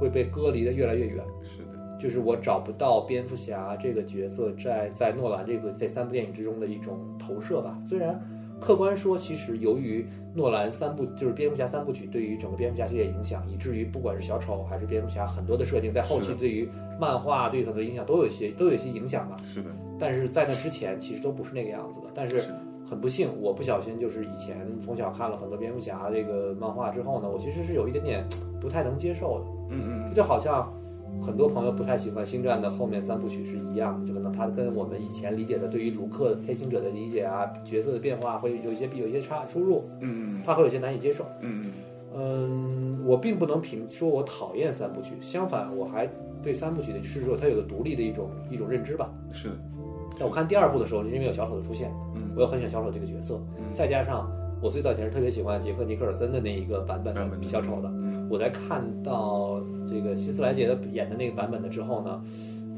[SPEAKER 1] 会被隔离的越来越远，
[SPEAKER 2] 嗯，是的，
[SPEAKER 1] 就是我找不到蝙蝠侠这个角色在在诺兰这个这三部电影之中的一种投射吧。虽然客观说，其实由于诺兰三部就是蝙蝠侠三部曲对于整个蝙蝠侠系列影响，以至于不管是小丑还是蝙蝠侠，很多的设定在后
[SPEAKER 2] 是
[SPEAKER 1] 期对于漫画对很多影响都有一些都有一些影响吧。
[SPEAKER 2] 是的，
[SPEAKER 1] 但是在那之前其实都不是那个样子的。但是
[SPEAKER 2] 是的，
[SPEAKER 1] 很不幸，我不小心就是以前从小看了很多蝙蝠侠这个漫画之后呢，我其实是有一点点不太能接受的，
[SPEAKER 2] 嗯嗯
[SPEAKER 1] 就好像。很多朋友不太喜欢《星战》的后面三部曲是一样的，就可能它跟我们以前理解的对于卢克天行者的理解啊，角色的变化会有一些有一些差出入，
[SPEAKER 2] 嗯嗯
[SPEAKER 1] 他会有些难以接受。
[SPEAKER 2] 嗯
[SPEAKER 1] 嗯，我我并不能评说我讨厌三部曲，相反，我还对三部曲的是说它有个独立的一种一种认知吧。
[SPEAKER 2] 是的，
[SPEAKER 1] 但我看第二部的时候，是因为有小丑的出现，
[SPEAKER 2] 嗯，
[SPEAKER 1] 我也很喜欢小丑这个角色，
[SPEAKER 2] 嗯
[SPEAKER 1] 再加上我最早以前是特别喜欢杰克尼克尔森的那一个版本
[SPEAKER 2] 版本
[SPEAKER 1] 的
[SPEAKER 2] 的
[SPEAKER 1] 小丑的，
[SPEAKER 2] 嗯
[SPEAKER 1] 我在看到这个希斯莱杰的演的那个版本的之后呢，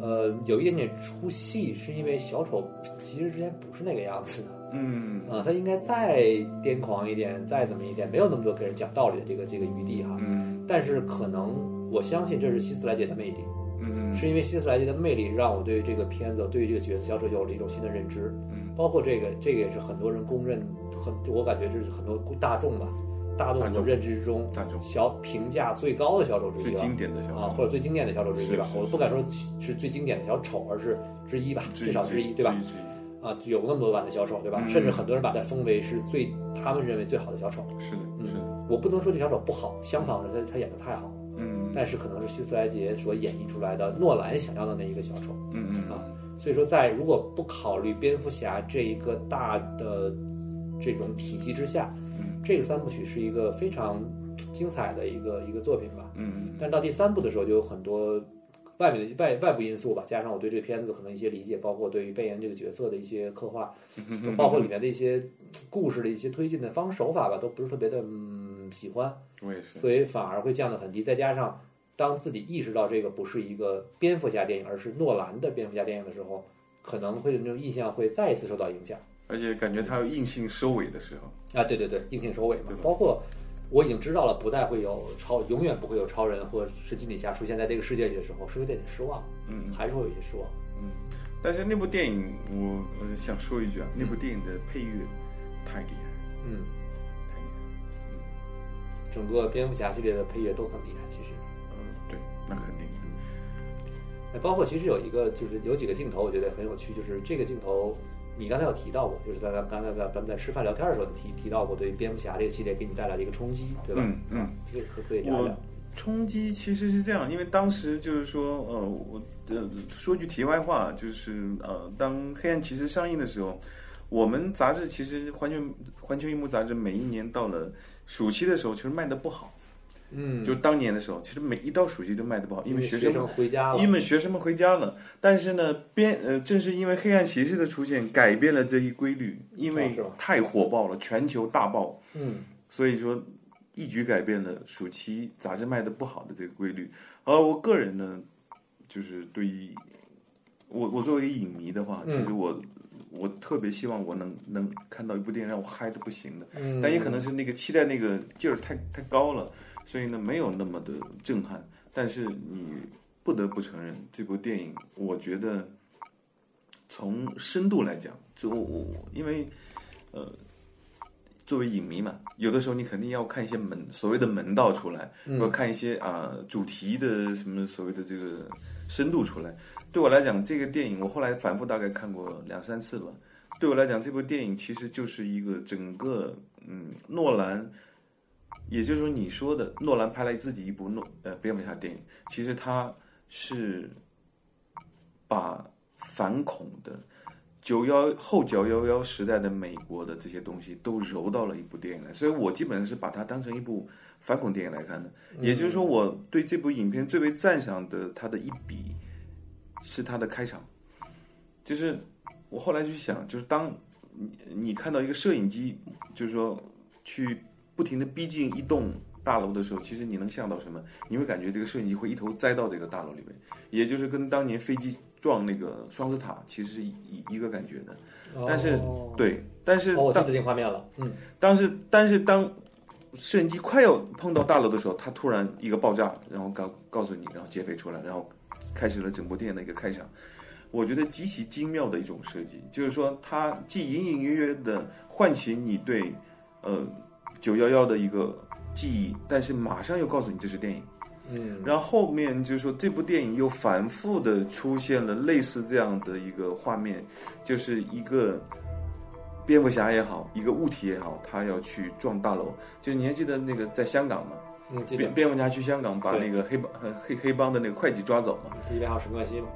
[SPEAKER 1] 呃，有一点点出戏，是因为小丑其实之前不是那个样子的
[SPEAKER 2] 嗯
[SPEAKER 1] 啊、他应该再癫狂一点，再怎么一点，没有那么多给人讲道理的这个这个余地哈。
[SPEAKER 2] 嗯
[SPEAKER 1] 但是可能我相信这是希斯莱杰的魅力，
[SPEAKER 2] 嗯
[SPEAKER 1] 是因为希斯莱杰的魅力让我对这个片子、对于这个角色小丑有了一种新的认知。
[SPEAKER 2] 嗯，
[SPEAKER 1] 包括这个，这个也是很多人公认，很我感觉这是很多大众吧，大众
[SPEAKER 2] 大
[SPEAKER 1] 所
[SPEAKER 2] 众
[SPEAKER 1] 认知之中
[SPEAKER 2] 大众
[SPEAKER 1] 小评价最高的小丑之
[SPEAKER 2] 最
[SPEAKER 1] 一
[SPEAKER 2] 经
[SPEAKER 1] 了
[SPEAKER 2] 典的小
[SPEAKER 1] 啊，
[SPEAKER 2] 丑，
[SPEAKER 1] 或者最经典的小丑之一吧
[SPEAKER 2] 是。是
[SPEAKER 1] 我
[SPEAKER 2] 是
[SPEAKER 1] 不敢说是最经典的小丑，而是之一吧，
[SPEAKER 2] 之
[SPEAKER 1] 至少之一，对吧？？
[SPEAKER 2] 之一
[SPEAKER 1] 啊，有那么多版的小丑，对吧？
[SPEAKER 2] 嗯
[SPEAKER 1] 甚至很多人把它封为是最他们认为最好的小丑。
[SPEAKER 2] 是
[SPEAKER 1] 嗯
[SPEAKER 2] 的，是的，
[SPEAKER 1] 我不能说这小丑不好，相反，我觉得他他演的太好了。
[SPEAKER 2] 嗯嗯
[SPEAKER 1] 但是可能是希斯莱杰所演绎出来的诺兰想要的那一个小丑。
[SPEAKER 2] 嗯
[SPEAKER 1] 啊
[SPEAKER 2] 嗯，
[SPEAKER 1] 所以说，在如果不考虑蝙蝠侠这一个大的这种体系之下，
[SPEAKER 2] 嗯
[SPEAKER 1] 这个三部曲是一个非常精彩的一个一个作品吧。
[SPEAKER 2] 嗯
[SPEAKER 1] 但到第三部的时候，就有很多外面的外外部因素吧，加上我对这个片子可能一些理解，包括对于贝恩这个角色的一些刻画，都
[SPEAKER 2] 嗯
[SPEAKER 1] 包括里面的一些故事的一些推进的方手法吧，都不是特别的嗯喜欢。
[SPEAKER 2] 我也是，
[SPEAKER 1] 所以反而会降得很低。再加上当自己意识到这个不是一个蝙蝠侠电影，而是诺兰的蝙蝠侠电影的时候，可能会那种印象会再一次受到影响
[SPEAKER 2] 而且感觉他有硬性收尾的时候，
[SPEAKER 1] 啊！对对对，硬性收尾嘛
[SPEAKER 2] 对吧。
[SPEAKER 1] 包括我已经知道了，不再会有超，永远不会有超人或是金理侠出现在这个世界里的时候，是有点点失望，
[SPEAKER 2] 嗯。
[SPEAKER 1] 还是会有一些失望。
[SPEAKER 2] 但是那部电影，我呃想说一句啊，那部电影的配乐太厉害，
[SPEAKER 1] 嗯，
[SPEAKER 2] 太厉害。
[SPEAKER 1] 整个蝙蝠侠系列的配乐都很厉害，其实。
[SPEAKER 2] 呃，对，那肯定。
[SPEAKER 1] 哎包括其实有一个就是有几个镜头，我觉得很有趣，就是这个镜头，你刚才有提到过，就是在咱刚才在咱们在吃饭聊天的时候，你提提到过对于蝙蝠侠这个系列给你带来的一个冲击，对吧？
[SPEAKER 2] 嗯嗯，
[SPEAKER 1] 这个可可以聊聊。
[SPEAKER 2] 冲击其实是这样，因为当时就是说，呃，我呃说句题外话，就是呃，当《黑暗骑士》上映的时候，我们杂志其实环球环球影幕杂志每一年到了暑期的时候，其实卖的不好。
[SPEAKER 1] 嗯，
[SPEAKER 2] 就当年的时候，其实每一到暑期都卖的不好，因为学
[SPEAKER 1] 学
[SPEAKER 2] 生
[SPEAKER 1] 生回家了，
[SPEAKER 2] 因为学生们回家了，但是呢，编呃，正是因为黑暗骑士的出现，改变了这一规律，因为
[SPEAKER 1] 哦是吗
[SPEAKER 2] 太火爆了，全球大爆，
[SPEAKER 1] 嗯
[SPEAKER 2] 所以说一举改变了暑期杂志卖的不好的这个规律。而我个人呢，就是对于我我作为影迷的话，其实
[SPEAKER 1] 嗯
[SPEAKER 2] 我、我特别希望我能能看到一部电影让我嗨的不行的，
[SPEAKER 1] 嗯，
[SPEAKER 2] 但也可能是那个期待那个劲儿太太高了，所以呢没有那么的震撼。但是你不得不承认，这部电影我觉得从深度来讲，就我我因为呃作为影迷嘛，有的时候你肯定要看一些门所谓的门道出来，或者看一些啊、主题的什么所谓的这个深度出来。对我来讲，这个电影我后来反复大概看过两三次吧。对我来讲，这部电影其实就是一个整个嗯，诺兰，也就是说你说的诺兰拍了自己一部诺呃蝙蝠侠电影，其实他是把反恐的九幺后九幺幺时代的美国的这些东西都揉到了一部电影来，所以我基本上是把它当成一部反恐电影来看的。也就是说，我对这部影片最为赞赏的它的一笔是它的开场，就是我后来去想，就是当你你看到一个摄影机，就是说去不停的逼近一栋大楼的时候，其实你能想到什么？你会感觉这个摄影机会一头栽到这个大楼里面，也就是跟当年飞机撞那个双子塔其实是一一个感觉的。
[SPEAKER 1] 哦
[SPEAKER 2] 但是对，但是
[SPEAKER 1] 哦，我记
[SPEAKER 2] 当
[SPEAKER 1] 得这个画面了，嗯，
[SPEAKER 2] 当时但是当摄影机快要碰到大楼的时候，它突然一个爆炸，然后告告诉你，然后劫匪出来，然后开始了整部电影的一个开场。我觉得极其精妙的一种设计，就是说它既隐隐约约的唤起你对呃九幺幺的一个记忆，但是马上又告诉你这是电影。嗯，然后后面就是说这部电影又反复的出现了类似这样的一个画面，就是一个蝙蝠侠也好，一个物体也好，他要去撞大楼。就是你还记得那个在香港吗？
[SPEAKER 1] 嗯，记得
[SPEAKER 2] 蝙蝙蝠侠去香港把
[SPEAKER 1] 对
[SPEAKER 2] 那个黑帮呃黑黑帮的那个会计抓走嘛，
[SPEAKER 1] 一边还有陈冠希嘛，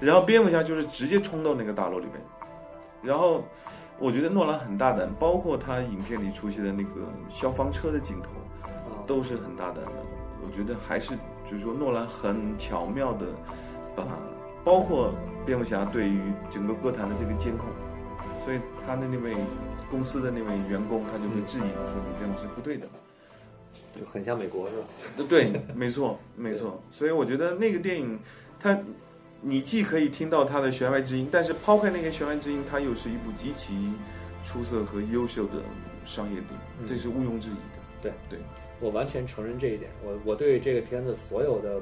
[SPEAKER 2] 然后蝙蝠侠就是直接冲到那个大楼里面，然后我觉得诺兰很大胆，包括他影片里出现的那个消防车的镜头，
[SPEAKER 1] 啊，
[SPEAKER 2] 都是很大胆的。我觉得还是就是说，诺兰很巧妙的把包括蝙蝠侠对于整个歌坛的这个监控，所以他的那位公司的那位员工他就会质疑说你这样是不对的。
[SPEAKER 1] 就很像美国是吧？
[SPEAKER 2] 对，没错，没错。所以我觉得那个电影，它你既可以听到它的弦外之音，但是抛开那个弦外之音，它又是一部极其出色和优秀的商业电
[SPEAKER 1] 嗯
[SPEAKER 2] 影，这是毋庸置疑的。
[SPEAKER 1] 我完全承认这一点。我我对这个片子所有的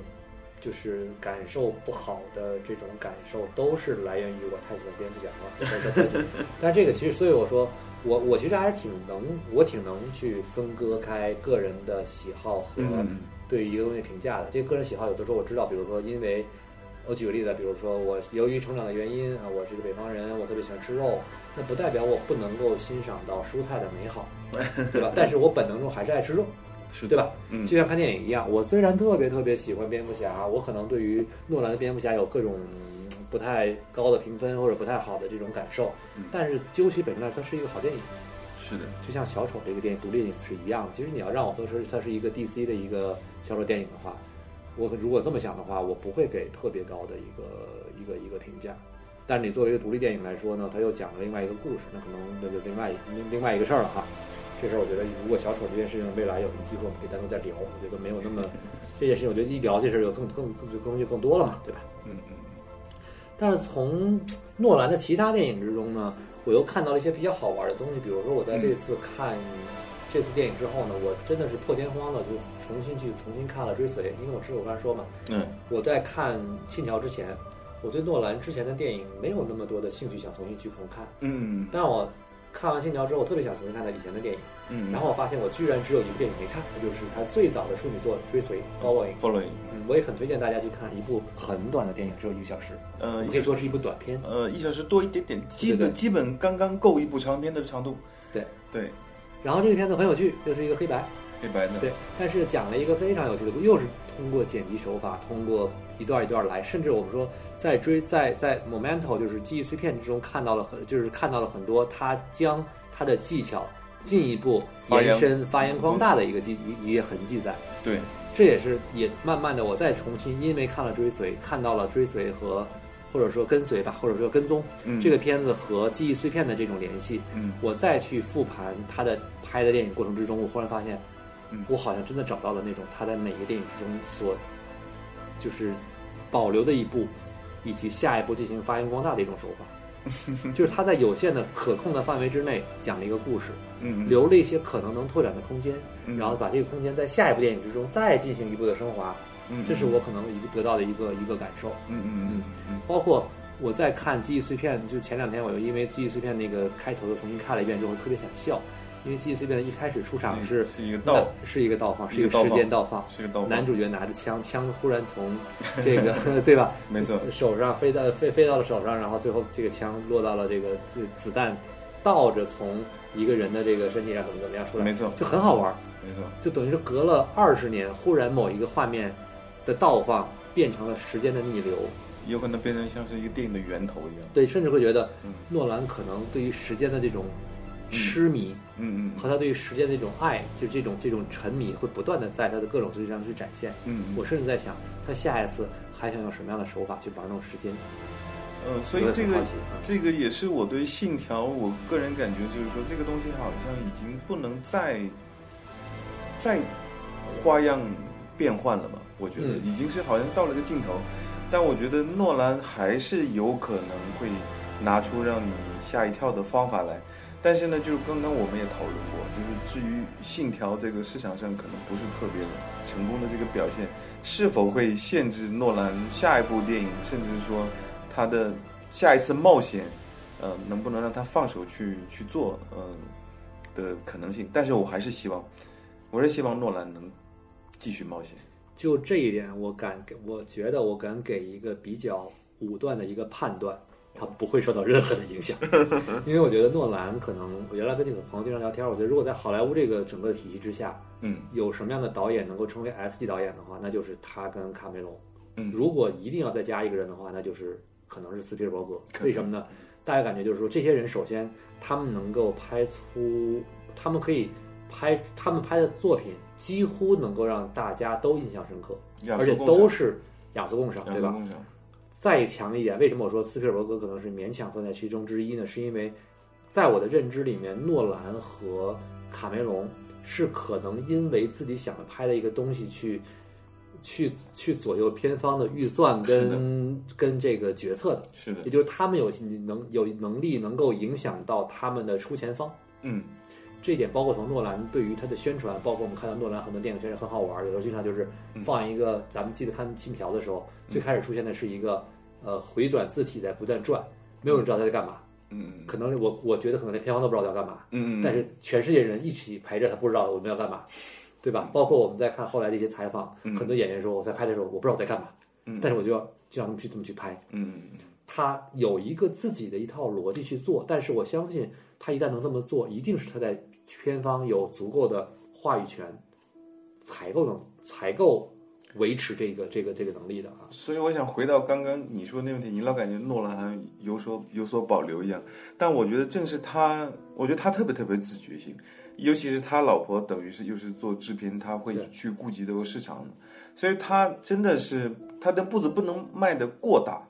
[SPEAKER 1] 就是感受不好的这种感受，都是来源于我太喜欢蝙蝠侠了。但这个其实，所以我说，我我其实还是挺能，我挺能去分割开个人的喜好和
[SPEAKER 2] 嗯，
[SPEAKER 1] 对于一个东西评价的。这个个人喜好，有的时候我知道，比如说因为。我举个例子，比如说我由于成长的原因啊，我是个北方人，我特别喜欢吃肉，那不代表我不能够欣赏到蔬菜的美好，对吧？但是我本能中还是爱吃肉，
[SPEAKER 2] 是
[SPEAKER 1] 对吧？
[SPEAKER 2] 嗯，
[SPEAKER 1] 就像看电影一样，我虽然特别特别喜欢蝙蝠侠，我可能对于诺兰的蝙蝠侠有各种嗯不太高的评分或者不太好的这种感受
[SPEAKER 2] 嗯，
[SPEAKER 1] 但是究其本质来说，它是一个好电影，
[SPEAKER 2] 是的，
[SPEAKER 1] 就像小丑这个电影独立电影是一样的。其实你要让我说是它是一个 DC 的一个小丑电影的话，我如果这么想的话，我不会给特别高的一个一个一个评价。但是你作为一个独立电影来说呢，它又讲了另外一个故事，那可能那就另外一另另外一个事儿了哈。这事儿我觉得，如果小丑这件事情未来有什么机会，我们可以单独再聊。我觉得没有那么这件事情，我觉得一聊这事儿就更更更就更就更多了嘛，对吧？
[SPEAKER 2] 嗯嗯。
[SPEAKER 1] 但是从诺兰的其他电影之中呢，我又看到了一些比较好玩的东西。比如说，我在这次看、这次电影之后呢，我真的是破天荒的就重新去重新看了《追随》，因为我之前我刚才说嘛，
[SPEAKER 2] 嗯，
[SPEAKER 1] 我在看《信条》之前，我对诺兰之前的电影没有那么多的兴趣，想重新去重看。
[SPEAKER 2] 嗯
[SPEAKER 1] 但我看完《信条》之后，我特别想重新看他以前的电影，
[SPEAKER 2] 嗯，
[SPEAKER 1] 然后我发现我居然只有一部电影没看，那就是他最早的处女作《追随》（Following）。
[SPEAKER 2] following，
[SPEAKER 1] 嗯，我也很推荐大家去看一部很短的电影，只有一个小时，
[SPEAKER 2] 呃
[SPEAKER 1] 我，可以说是一部短片。
[SPEAKER 2] 呃，一小时多一点点，基
[SPEAKER 1] 对
[SPEAKER 2] 本
[SPEAKER 1] 对
[SPEAKER 2] 基本刚刚够一部长片的长度。
[SPEAKER 1] 对
[SPEAKER 2] 对，
[SPEAKER 1] 然后这个片子很有趣，就是一个黑白，
[SPEAKER 2] 黑白的。
[SPEAKER 1] 对，但是讲了一个非常有趣的故，又是通过剪辑手法，通过一段一段来，甚至我们说在追在在 Momento 就是记忆碎片之中看到了很，就是看到了很多他将他的技巧进一步延伸发扬嗯光大的一个记一一个痕迹在。
[SPEAKER 2] 对，
[SPEAKER 1] 这也是也慢慢的，我再重新因为看了追随，看到了追随和或者说跟随吧，或者说跟踪、
[SPEAKER 2] 嗯
[SPEAKER 1] 这个片子和记忆碎片的这种联系，
[SPEAKER 2] 嗯
[SPEAKER 1] 我再去复盘他的拍的电影过程之中，我忽然发现，
[SPEAKER 2] 嗯
[SPEAKER 1] 我好像真的找到了那种他在每一个电影之中所就是保留的一步，以及下一步进行发扬光大的一种手 法，就是他在有限的可控的范围之内讲了一个故事，
[SPEAKER 2] 嗯，
[SPEAKER 1] 留了一些可能能拓展的空间，
[SPEAKER 2] 嗯
[SPEAKER 1] 然后把这个空间在下一部电影之中再进行一步的升华，
[SPEAKER 2] 嗯
[SPEAKER 1] 这是我可能一个得到的一个一个感受。
[SPEAKER 2] 嗯嗯嗯
[SPEAKER 1] 包括我在看《记忆碎片》，就前两天我又因为《记忆碎片》那个开头又重新看了一遍之后，特别想笑，因为《记忆碎片》一开始出场
[SPEAKER 2] 嗯，
[SPEAKER 1] 是
[SPEAKER 2] 是一个道，
[SPEAKER 1] 是一个倒放，是
[SPEAKER 2] 一
[SPEAKER 1] 一
[SPEAKER 2] 个
[SPEAKER 1] 个
[SPEAKER 2] 倒
[SPEAKER 1] 时
[SPEAKER 2] 放
[SPEAKER 1] 间倒放，
[SPEAKER 2] 是一个道。
[SPEAKER 1] 男主角拿着枪，枪忽然从这个 对吧
[SPEAKER 2] 没错，
[SPEAKER 1] 手上飞到飞飞到了手上，然后最后这个枪落到了这个这子弹倒着从一个人的这个身体上怎么怎么样出来，
[SPEAKER 2] 没错
[SPEAKER 1] 就很好玩儿。
[SPEAKER 2] 没错，
[SPEAKER 1] 就等于是隔了二十年，忽然某一个画面的倒放变成了时间的逆流，
[SPEAKER 2] 有可能变成像是一个电影的源头一样。
[SPEAKER 1] 对，甚至会觉得
[SPEAKER 2] 嗯
[SPEAKER 1] 诺兰可能对于时间的这种痴迷
[SPEAKER 2] 嗯
[SPEAKER 1] 和他对于时间的这种爱，就这种这种沉迷，会不断的在他的各种作品上去展现。
[SPEAKER 2] 嗯嗯，
[SPEAKER 1] 我甚至在想，他下一次还想用什么样的手法去玩弄时间？
[SPEAKER 2] 呃，所以
[SPEAKER 1] 我也
[SPEAKER 2] 这
[SPEAKER 1] 很
[SPEAKER 2] 个
[SPEAKER 1] 好奇嗯
[SPEAKER 2] 这个也是我对《信条》我个人感觉就是说，这个东西好像已经不能再再花样变换了吧？我觉得
[SPEAKER 1] 嗯
[SPEAKER 2] 已经是好像到了个尽头，但我觉得诺兰还是有可能会拿出让你吓一跳的方法来。但是呢，就是刚刚我们也讨论过，就是至于《信条》这个市场上可能不是特别成功的这个表现，是否会限制诺兰下一部电影，甚至说他的下一次冒险，呃，能不能让他放手去去做，呃的可能性。但是我还是希望，我是希望诺兰能继续冒险。
[SPEAKER 1] 就这一点，我敢给，我觉得我敢给一个比较武断的一个判断，他不会受到任何的影响， 因为我觉得诺兰可能，我原来跟这个朋友经常聊天，我觉得如果在好莱坞这个整个体系之下，
[SPEAKER 2] 嗯
[SPEAKER 1] 有什么样的导演能够成为 S 级导演的话，那就是他跟卡梅隆。
[SPEAKER 2] 嗯
[SPEAKER 1] 如果一定要再加一个人的话，那就是可能是斯皮尔伯格。
[SPEAKER 2] 可能
[SPEAKER 1] 为什么呢？大家感觉就是说，这些人首先他们能够拍出，他们可以拍他们拍的作品几乎能够让大家都印象深刻，
[SPEAKER 2] 亚
[SPEAKER 1] 而且
[SPEAKER 2] 洲共
[SPEAKER 1] 都
[SPEAKER 2] 享
[SPEAKER 1] 是雅俗共赏，
[SPEAKER 2] 亚
[SPEAKER 1] 对
[SPEAKER 2] 洲
[SPEAKER 1] 吧？
[SPEAKER 2] 共享，
[SPEAKER 1] 再强一点，为什么我说斯皮尔伯格可能是勉强算在其中之一呢？是因为在我的认知里面，诺兰和卡梅隆是可能因为自己想拍的一个东西去。去去左右片方的预算
[SPEAKER 2] 是的
[SPEAKER 1] 跟跟这个决策的，
[SPEAKER 2] 是的，
[SPEAKER 1] 也就是他们有能有能力能够影响到他们的出钱方。
[SPEAKER 2] 嗯，
[SPEAKER 1] 这一点包括从诺兰对于他的宣传，包括我们看到诺兰很多电影宣传很好玩，有时候经常就是
[SPEAKER 2] 嗯
[SPEAKER 1] 放一个，咱们记得看《信条》的时候，最开始出现的是一个呃回转字体在不断转，没有人知道他在干嘛，
[SPEAKER 2] 嗯
[SPEAKER 1] 可能我我觉得可能连片方都不知道他要干嘛，
[SPEAKER 2] 嗯嗯
[SPEAKER 1] 但是全世界人一起陪着他，不知道我们要干嘛，对吧？包括我们在看后来的一些采访，
[SPEAKER 2] 嗯
[SPEAKER 1] 很多演员说我在拍的时候我不知道我在干嘛，但是我就要就让他们去这么去拍，
[SPEAKER 2] 嗯
[SPEAKER 1] 他有一个自己的一套逻辑去做，但是我相信他一旦能这么做，一定是他在片方有足够的话语权，才够能才够维持这个这个这个能力的啊。
[SPEAKER 2] 所以我想回到刚刚你说的那问题，你老感觉诺兰好像有所有所保留一样，但我觉得正是他，我觉得他特别特别自觉性，尤其是他老婆等于是又是做制片，他会去顾及这个市场的，所以他真的是他的步子不能迈得过大，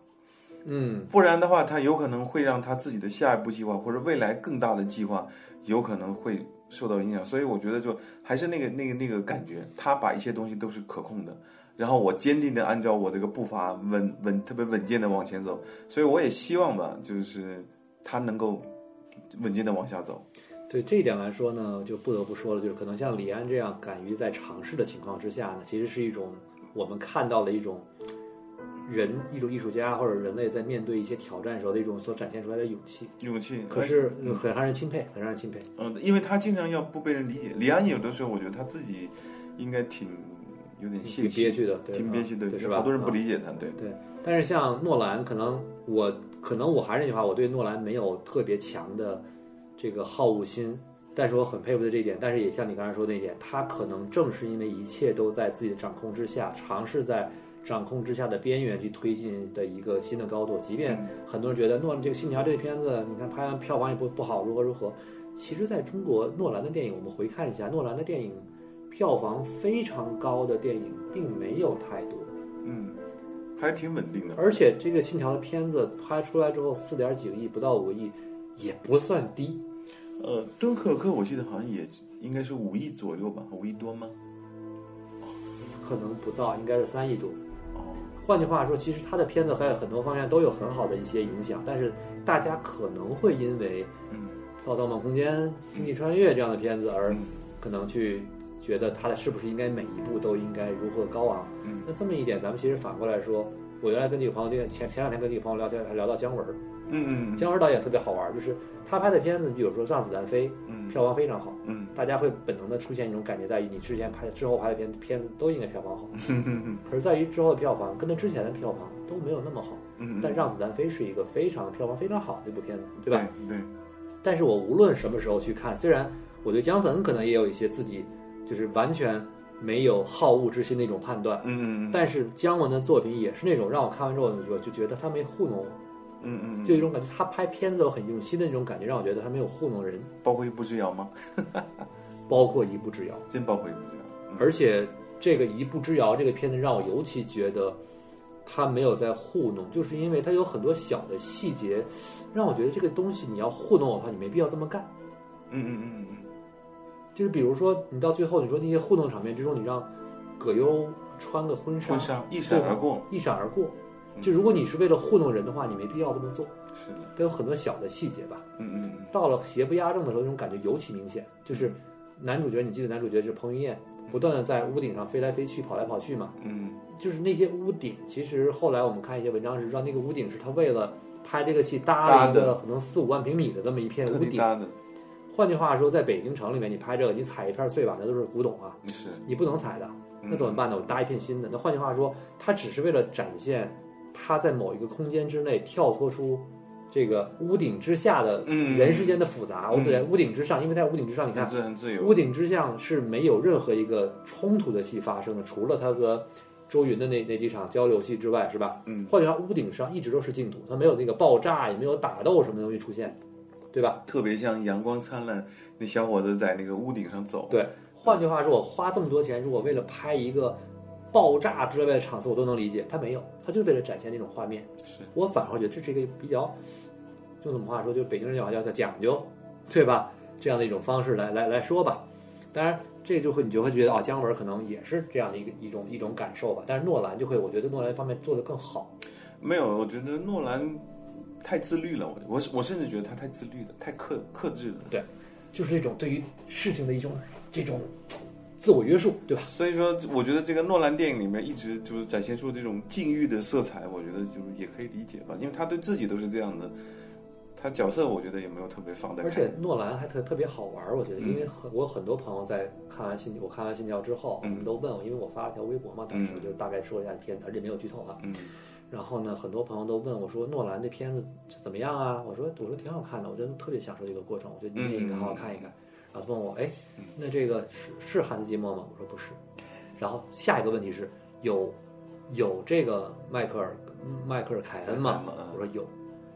[SPEAKER 1] 嗯，
[SPEAKER 2] 不然的话，他有可能会让他自己的下一步计划或者未来更大的计划有可能会受到影响。所以我觉得就还是那个那个那个感觉，他把一些东西都是可控的，然后我坚定的按照我这个步伐稳稳特别稳健的往前走。所以我也希望吧，就是他能够稳健的往下走。
[SPEAKER 1] 对这一点来说呢，就不得不说了，就是可能像李安这样敢于在尝试的情况之下呢，其实是一种我们看到了一种人、一种艺术家或者人类在面对一些挑战时候的一种所展现出来的勇气。
[SPEAKER 2] 勇气，
[SPEAKER 1] 可是很让人钦佩，很让人钦佩。
[SPEAKER 2] 嗯，因为他经常要不被人理解。李安有的时候，我觉得他自己应该挺有点泄
[SPEAKER 1] 挺憋
[SPEAKER 2] 气，
[SPEAKER 1] 屈的，对，
[SPEAKER 2] 挺憋屈的
[SPEAKER 1] 嗯对，是，吧？
[SPEAKER 2] 好多人不
[SPEAKER 1] 嗯
[SPEAKER 2] 理解他，对。
[SPEAKER 1] 但是像诺兰，可能我可能我还是那句话，我对诺兰没有特别强的这个好恶心，但是我很佩服的这一点，但是也像你刚才说的那一点，他可能正是因为一切都在自己的掌控之下，尝试在掌控之下的边缘去推进的一个新的高度。即便很多人觉得诺兰这个《信条》这个片子，你看拍完票房也不不好，如何如何，其实在中国诺兰的电影，我们回看一下，诺兰的电影票房非常高的电影并没有太多。
[SPEAKER 2] 嗯，还是挺稳定的。
[SPEAKER 1] 而且这个《信条》的片子拍出来之后，四点几个亿，不到五个亿，也不算低。
[SPEAKER 2] 呃，敦刻尔克我记得好像也应该是五亿左右吧，五亿多吗？
[SPEAKER 1] 可能不到，应该是三亿多。
[SPEAKER 2] 哦，
[SPEAKER 1] 换句话说，其实他的片子还有很多方面都有很好的一些影响，但是大家可能会因为
[SPEAKER 2] 嗯
[SPEAKER 1] 《盗梦空间》《星际穿越》这样的片子而
[SPEAKER 2] 嗯
[SPEAKER 1] 可能去觉得他的是不是应该每一步都应该如何高昂。
[SPEAKER 2] 嗯
[SPEAKER 1] 那这么一点，咱们其实反过来说，我原来跟几个朋友前前前两天跟几个朋友聊天，还聊到姜文儿，
[SPEAKER 2] 嗯
[SPEAKER 1] 姜文儿导演特别好玩儿，就是他拍的片子，比如说《让子弹飞》，
[SPEAKER 2] 嗯
[SPEAKER 1] 票房非常好。
[SPEAKER 2] 嗯
[SPEAKER 1] 大家会本能的出现一种感觉，在于你之前拍的、之后拍的片片子都应该票房 好，
[SPEAKER 2] 嗯
[SPEAKER 1] 可是在于之后的票房跟它之前的票房都没有那么好。
[SPEAKER 2] 嗯，
[SPEAKER 1] 但《让子弹飞》是一个非常票房非常好的一部片子，对吧？？
[SPEAKER 2] 对，嗯
[SPEAKER 1] 但是我无论什么时候去看，虽然我对姜文可能也有一些自己就是完全没有好恶之心的一种判断，
[SPEAKER 2] 嗯嗯
[SPEAKER 1] 但是姜文的作品也是那种让我看完之后我就觉得他没糊弄我，
[SPEAKER 2] 嗯嗯，
[SPEAKER 1] 就有一种感觉他拍片子都很用心的那种感觉，让我觉得他没有糊弄人，
[SPEAKER 2] 包括一步之遥吗？
[SPEAKER 1] 包括一步之遥。
[SPEAKER 2] 真包括一步之遥。嗯
[SPEAKER 1] 而且这个《一步之遥》这个片子让我尤其觉得他没有在糊弄，就是因为他有很多小的细节，让我觉得这个东西你要糊弄我的话，你没必要这么干。
[SPEAKER 2] 嗯嗯嗯
[SPEAKER 1] 就是比如说，你到最后你说那些糊弄场面之中，你让葛优穿个婚
[SPEAKER 2] 嗯，
[SPEAKER 1] 纱
[SPEAKER 2] 婚纱一闪而过，
[SPEAKER 1] 一闪而过，就如果你是为了糊弄人的话，你没必要这么做。
[SPEAKER 2] 是的，
[SPEAKER 1] 它有很多小的细节吧。
[SPEAKER 2] 嗯嗯
[SPEAKER 1] 到了邪不压正的时候，那种感觉尤其明显。就是男主角，你记得男主角是彭于晏，不断的在屋顶上飞来飞去、跑来跑去嘛。
[SPEAKER 2] 嗯
[SPEAKER 1] 就是那些屋顶，其实后来我们看一些文章是知道，那个屋顶是他为了拍这个戏搭了一
[SPEAKER 2] 搭
[SPEAKER 1] 个可能四五万平米的这么一片
[SPEAKER 2] 嗯，特
[SPEAKER 1] 屋
[SPEAKER 2] 地
[SPEAKER 1] 顶。
[SPEAKER 2] 搭的，
[SPEAKER 1] 换句话说，在北京城里面，你拍这个，你踩一片碎瓦，那都是古董啊，
[SPEAKER 2] 是
[SPEAKER 1] 你不能踩的。
[SPEAKER 2] 嗯
[SPEAKER 1] 那怎么办呢？我搭一片新的。那换句话说，他只是为了展现他在某一个空间之内跳脱出这个屋顶之下的
[SPEAKER 2] 嗯
[SPEAKER 1] 人世间的复杂。我只在屋顶之上，因为在屋顶之上，你看
[SPEAKER 2] 很自很自由，
[SPEAKER 1] 屋顶之上是没有任何一个冲突的戏发生的，除了他和周云的那那几场交流戏之外，是吧？
[SPEAKER 2] 嗯，
[SPEAKER 1] 换句话，屋顶上一直都是净土，它没有那个爆炸，也没有打斗什么东西出现。对吧？
[SPEAKER 2] 特别像阳光灿烂，那小伙子在那个屋顶上走，
[SPEAKER 1] 对，换句话说，我花这么多钱，如果为了拍一个爆炸之类的场次，我都能理解。他没有，他就为了展现那种画面。
[SPEAKER 2] 是
[SPEAKER 1] 我反而觉得这是一个比较，用我们话说，就是北京人讲话叫叫讲究，对吧？这样的一种方式来来来说吧。当然，这就会你就会觉得啊，姜文可能也是这样的一个一种一种感受吧。但是诺兰就会，我觉得诺兰方面做得更好。
[SPEAKER 2] 没有，我觉得诺兰太自律了，我我我甚至觉得他太自律了，太克克制了。
[SPEAKER 1] 就是一种对于事情的一种这种自我约束，对吧？
[SPEAKER 2] 所以说，我觉得这个诺兰电影里面一直就是展现出这种禁欲的色彩，我觉得就是也可以理解吧，因为他对自己都是这样的，他角色我觉得也没有特别放在
[SPEAKER 1] 而
[SPEAKER 2] 看
[SPEAKER 1] 且。诺兰还特特别好玩儿，我觉得，因为很我有很多朋友在看完信我看完信条之后，我们都问我，因为我发了条微博嘛，当时
[SPEAKER 2] 嗯
[SPEAKER 1] 就大概说了一下片，而且没有剧透啊。
[SPEAKER 2] 嗯，
[SPEAKER 1] 然后呢，很多朋友都问我说，诺兰这片子怎么样啊？我说我说挺好看的，我真的特别享受这个过程，我觉得你也应该好好看一看。然后他问我，哎，那这个是是汉斯季默吗？我说不是。然后下一个问题是有有这个迈克尔迈克尔凯恩吗
[SPEAKER 2] 凯恩吗？
[SPEAKER 1] 我说有。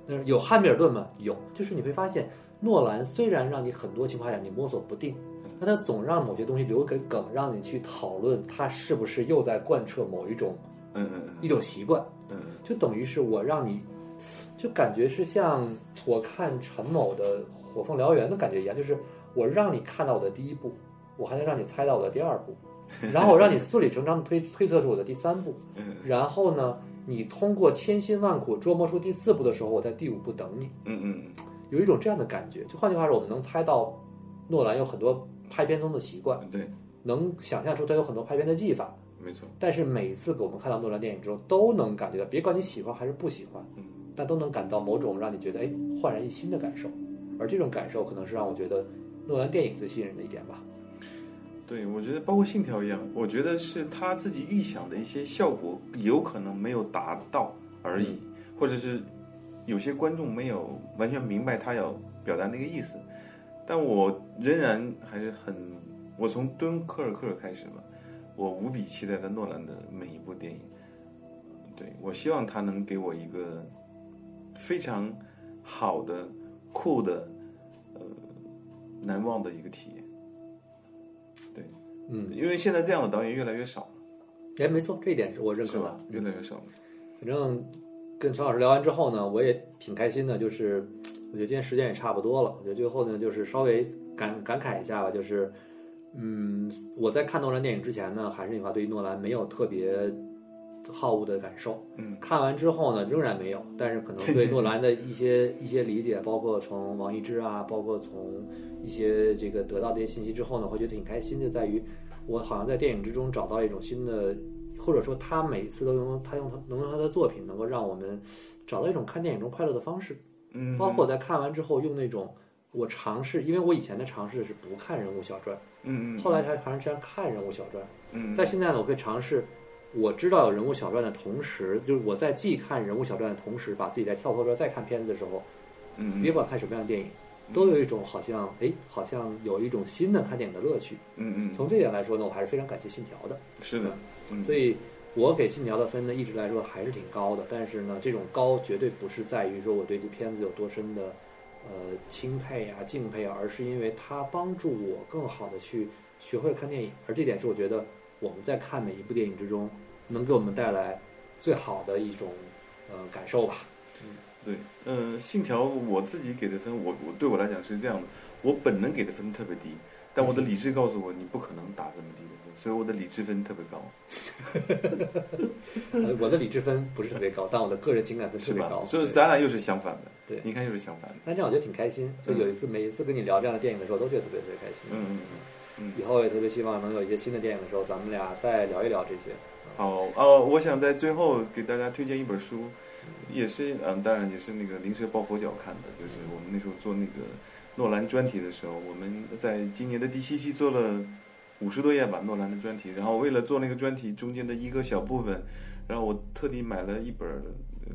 [SPEAKER 1] 那有汉密尔顿吗？有。就是你会发现，诺兰虽然让你很多情况下你摸索不定，但他总让某些东西留给梗，让你去讨论他是不是又在贯彻某一种
[SPEAKER 2] 嗯嗯
[SPEAKER 1] 一种习惯。
[SPEAKER 2] 嗯嗯，
[SPEAKER 1] 就等于是我让你，就感觉是像我看陈某的《火凤燎原》的感觉一样，就是我让你看到我的第一步，我还能让你猜到我的第二步，然后我让你顺理成章的推推测出我的第三步，然后呢，你通过千辛万苦琢磨出第四步的时候，我在第五步等你，
[SPEAKER 2] 嗯嗯
[SPEAKER 1] 有一种这样的感觉。就换句话说，我们能猜到诺兰有很多拍片中的习惯，
[SPEAKER 2] 嗯，对，
[SPEAKER 1] 能想象出他有很多拍片的技法。
[SPEAKER 2] 没错，
[SPEAKER 1] 但是每次给我们看到诺兰电影之后，都能感觉到，别管你喜欢还是不喜欢，
[SPEAKER 2] 嗯
[SPEAKER 1] 但都能感到某种让你觉得哎焕然一新的感受。而这种感受可能是让我觉得诺兰电影最吸引人的一点吧。
[SPEAKER 2] 对，我觉得包括《信条》一样，我觉得是他自己预想的一些效果有可能没有达到而已，或者是有些观众没有完全明白他要表达那个意思，但我仍然还是很，我从《敦刻尔克》开始吧，我无比期待的诺兰的每一部电影，对我希望他能给我一个非常好的、酷的、呃难忘的一个体验。对，
[SPEAKER 1] 嗯，
[SPEAKER 2] 因为现在这样的导演越来越少了，
[SPEAKER 1] 哎，没错，这一点是我认
[SPEAKER 2] 是
[SPEAKER 1] 可
[SPEAKER 2] 吧
[SPEAKER 1] 的。？
[SPEAKER 2] 越来越少了。
[SPEAKER 1] 反正跟陈老师聊完之后呢，我也挺开心的，就是我觉得今天时间也差不多了，我觉得最后呢，就是稍微感感慨一下吧，就是嗯，我在看诺兰电影之前呢，还是那句话，对于诺兰没有特别好恶的感受。
[SPEAKER 2] 嗯，
[SPEAKER 1] 看完之后呢，仍然没有，但是可能对诺兰的一些一些理解，包括从王一之啊，包括从一些这个得到这些信息之后呢，会觉得挺开心的，在于我好像在电影之中找到一种新的。或者说，他每次都用他用他能用他的作品，能够让我们找到一种看电影中快乐的方式。
[SPEAKER 2] 嗯，
[SPEAKER 1] 包括我在看完之后，用那种我尝试，因为我以前的尝试是不看人物小传，
[SPEAKER 2] 嗯嗯
[SPEAKER 1] 后来才尝试这样看人物小传。
[SPEAKER 2] 嗯，
[SPEAKER 1] 在现在呢，我会尝试，我知道有人物小传的同时，就是我在既看人物小传的同时，把自己在跳脱出来再看片子的时候，
[SPEAKER 2] 嗯
[SPEAKER 1] 别管看什么样的电影，都有一种好像哎，好像有一种新的看电影的乐趣。
[SPEAKER 2] 嗯嗯，
[SPEAKER 1] 从这点来说呢，我还是非常感谢信条的。
[SPEAKER 2] 是的，嗯
[SPEAKER 1] 所以我给信条的分呢，一直来说还是挺高的。但是呢，这种高绝对不是在于说我对这片子有多深的呃钦佩啊、敬佩啊，而是因为它帮助我更好的去学会看电影。而这点是我觉得我们在看每一部电影之中，能给我们带来最好的一种呃感受吧。
[SPEAKER 2] 对，嗯，信条我自己给的分，我我对我来讲是这样的，我本能给的分特别低，但我的理智告诉我你不可能打这么低的分，所以我的理智分特别高，
[SPEAKER 1] 呃，我的理智分不是特别高，但我的个人情感分特
[SPEAKER 2] 是
[SPEAKER 1] 别
[SPEAKER 2] 吧
[SPEAKER 1] 高。？
[SPEAKER 2] 所以
[SPEAKER 1] 对
[SPEAKER 2] 咱俩又是相反的，
[SPEAKER 1] 对
[SPEAKER 2] 你看又是相反的，
[SPEAKER 1] 但这样我觉得挺开心，就有一次每一次跟你聊这样的电影的时候，都觉得特别特别开心。
[SPEAKER 2] 嗯嗯嗯。
[SPEAKER 1] 以后也特别希望能有一些新的电影的时候，咱们俩再聊一聊这些。
[SPEAKER 2] 好，呃，我想在最后给大家推荐一本书，也是，嗯、当然也是那个临时抱佛脚看的，就是我们那时候做那个诺兰专题的时候，我们在今年的第七期做了五十多页吧诺兰的专题，然后为了做那个专题中间的一个小部分，然后我特地买了一本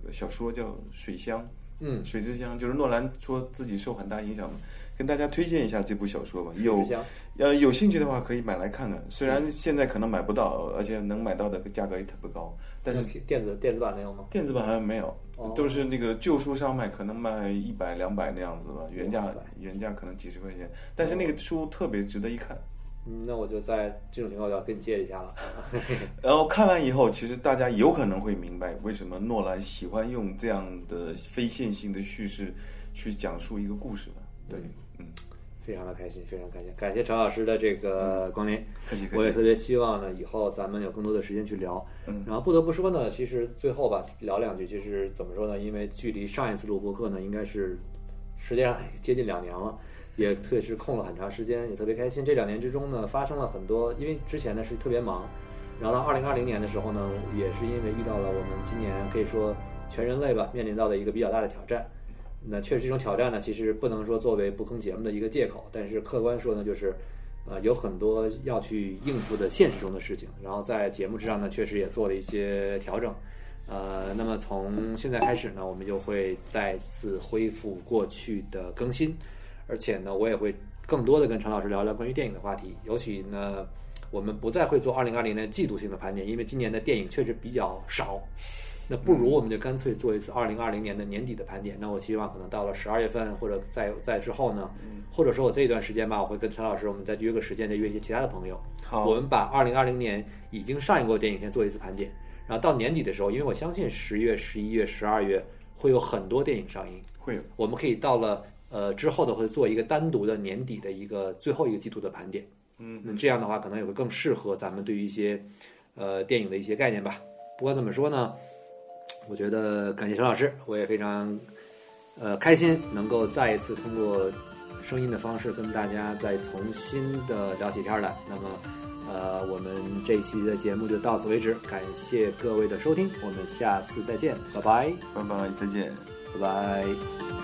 [SPEAKER 2] 呃小说叫《水乡》，
[SPEAKER 1] 嗯
[SPEAKER 2] 水之乡就是诺兰说自己受很大影响的，跟大家推荐一下这部小说吧。有
[SPEAKER 1] 纸箱
[SPEAKER 2] 呃有兴趣的话可以买来看看，虽
[SPEAKER 1] 嗯
[SPEAKER 2] 然现在可能买不到，而且能买到的价格也特别高，但是
[SPEAKER 1] 那电子电子版的有吗？
[SPEAKER 2] 电子版好像没有，
[SPEAKER 1] 哦
[SPEAKER 2] 都是那个旧书上卖，可能卖一百两百那样子吧，原价
[SPEAKER 1] 哇塞哦
[SPEAKER 2] 原价可能几十块钱，但是那个书特别值得一看。
[SPEAKER 1] 嗯那我就在这种情况就要跟你借一下了。
[SPEAKER 2] 然后看完以后，其实大家有可能会明白为什么诺兰喜欢用这样的非线性的叙事去讲述一个故事吧。对，嗯，
[SPEAKER 1] 非常的开心，非常开心，感谢陈老师的这个光临。
[SPEAKER 2] 客气
[SPEAKER 1] 我
[SPEAKER 2] 客
[SPEAKER 1] 也
[SPEAKER 2] 气。
[SPEAKER 1] 特别希望呢，以后咱们有更多的时间去聊。
[SPEAKER 2] 嗯，
[SPEAKER 1] 然后不得不说呢，其实最后吧，聊两句，就是怎么说呢？因为距离上一次录播课呢，应该是实际上接近两年了，也确实空了很长时间，也特别开心。这两年之中呢，发生了很多，因为之前呢是特别忙，然后到二零二零年的时候呢，也是因为遇到了我们今年可以说全人类吧面临到的一个比较大的挑战。那确实这种挑战呢，其实不能说作为不更节目的一个借口，但是客观说呢，就是呃，有很多要去应付的现实中的事情，然后在节目之上呢，确实也做了一些调整。呃，那么从现在开始呢，我们就会再次恢复过去的更新，而且呢，我也会更多的跟陈老师聊聊关于电影的话题。尤其呢，我们不再会做2020年的季度性的盘点，因为今年的电影确实比较少。那不如我们就干脆做一次2020年的年底的盘点。那我希望可能到了十二月份或者在在之后呢，或者说我这一段时间吧，我会跟陈老师我们再约个时间，再约一些其他的朋友。
[SPEAKER 2] 好
[SPEAKER 1] 我，们把二零二零年已经上映过的电影先做一次盘点，然后到年底的时候，因为我相信十月、十一月、十二月会有很多电影上映，
[SPEAKER 2] 会有
[SPEAKER 1] 我们可以到了呃之后的会做一个单独的年底的一个最后一个季度的盘点。嗯，那这样的话可能也会更适合咱们对于一些呃电影的一些概念吧。不管怎么说呢，我觉得感谢陈老师，我也非常呃开心能够再一次通过声音的方式跟大家再重新的聊起天来。那么。呃，我们这一期的节目就到此为止，感谢各位的收听，我们下次再见，拜拜，
[SPEAKER 2] 拜拜，再见。
[SPEAKER 1] 拜拜。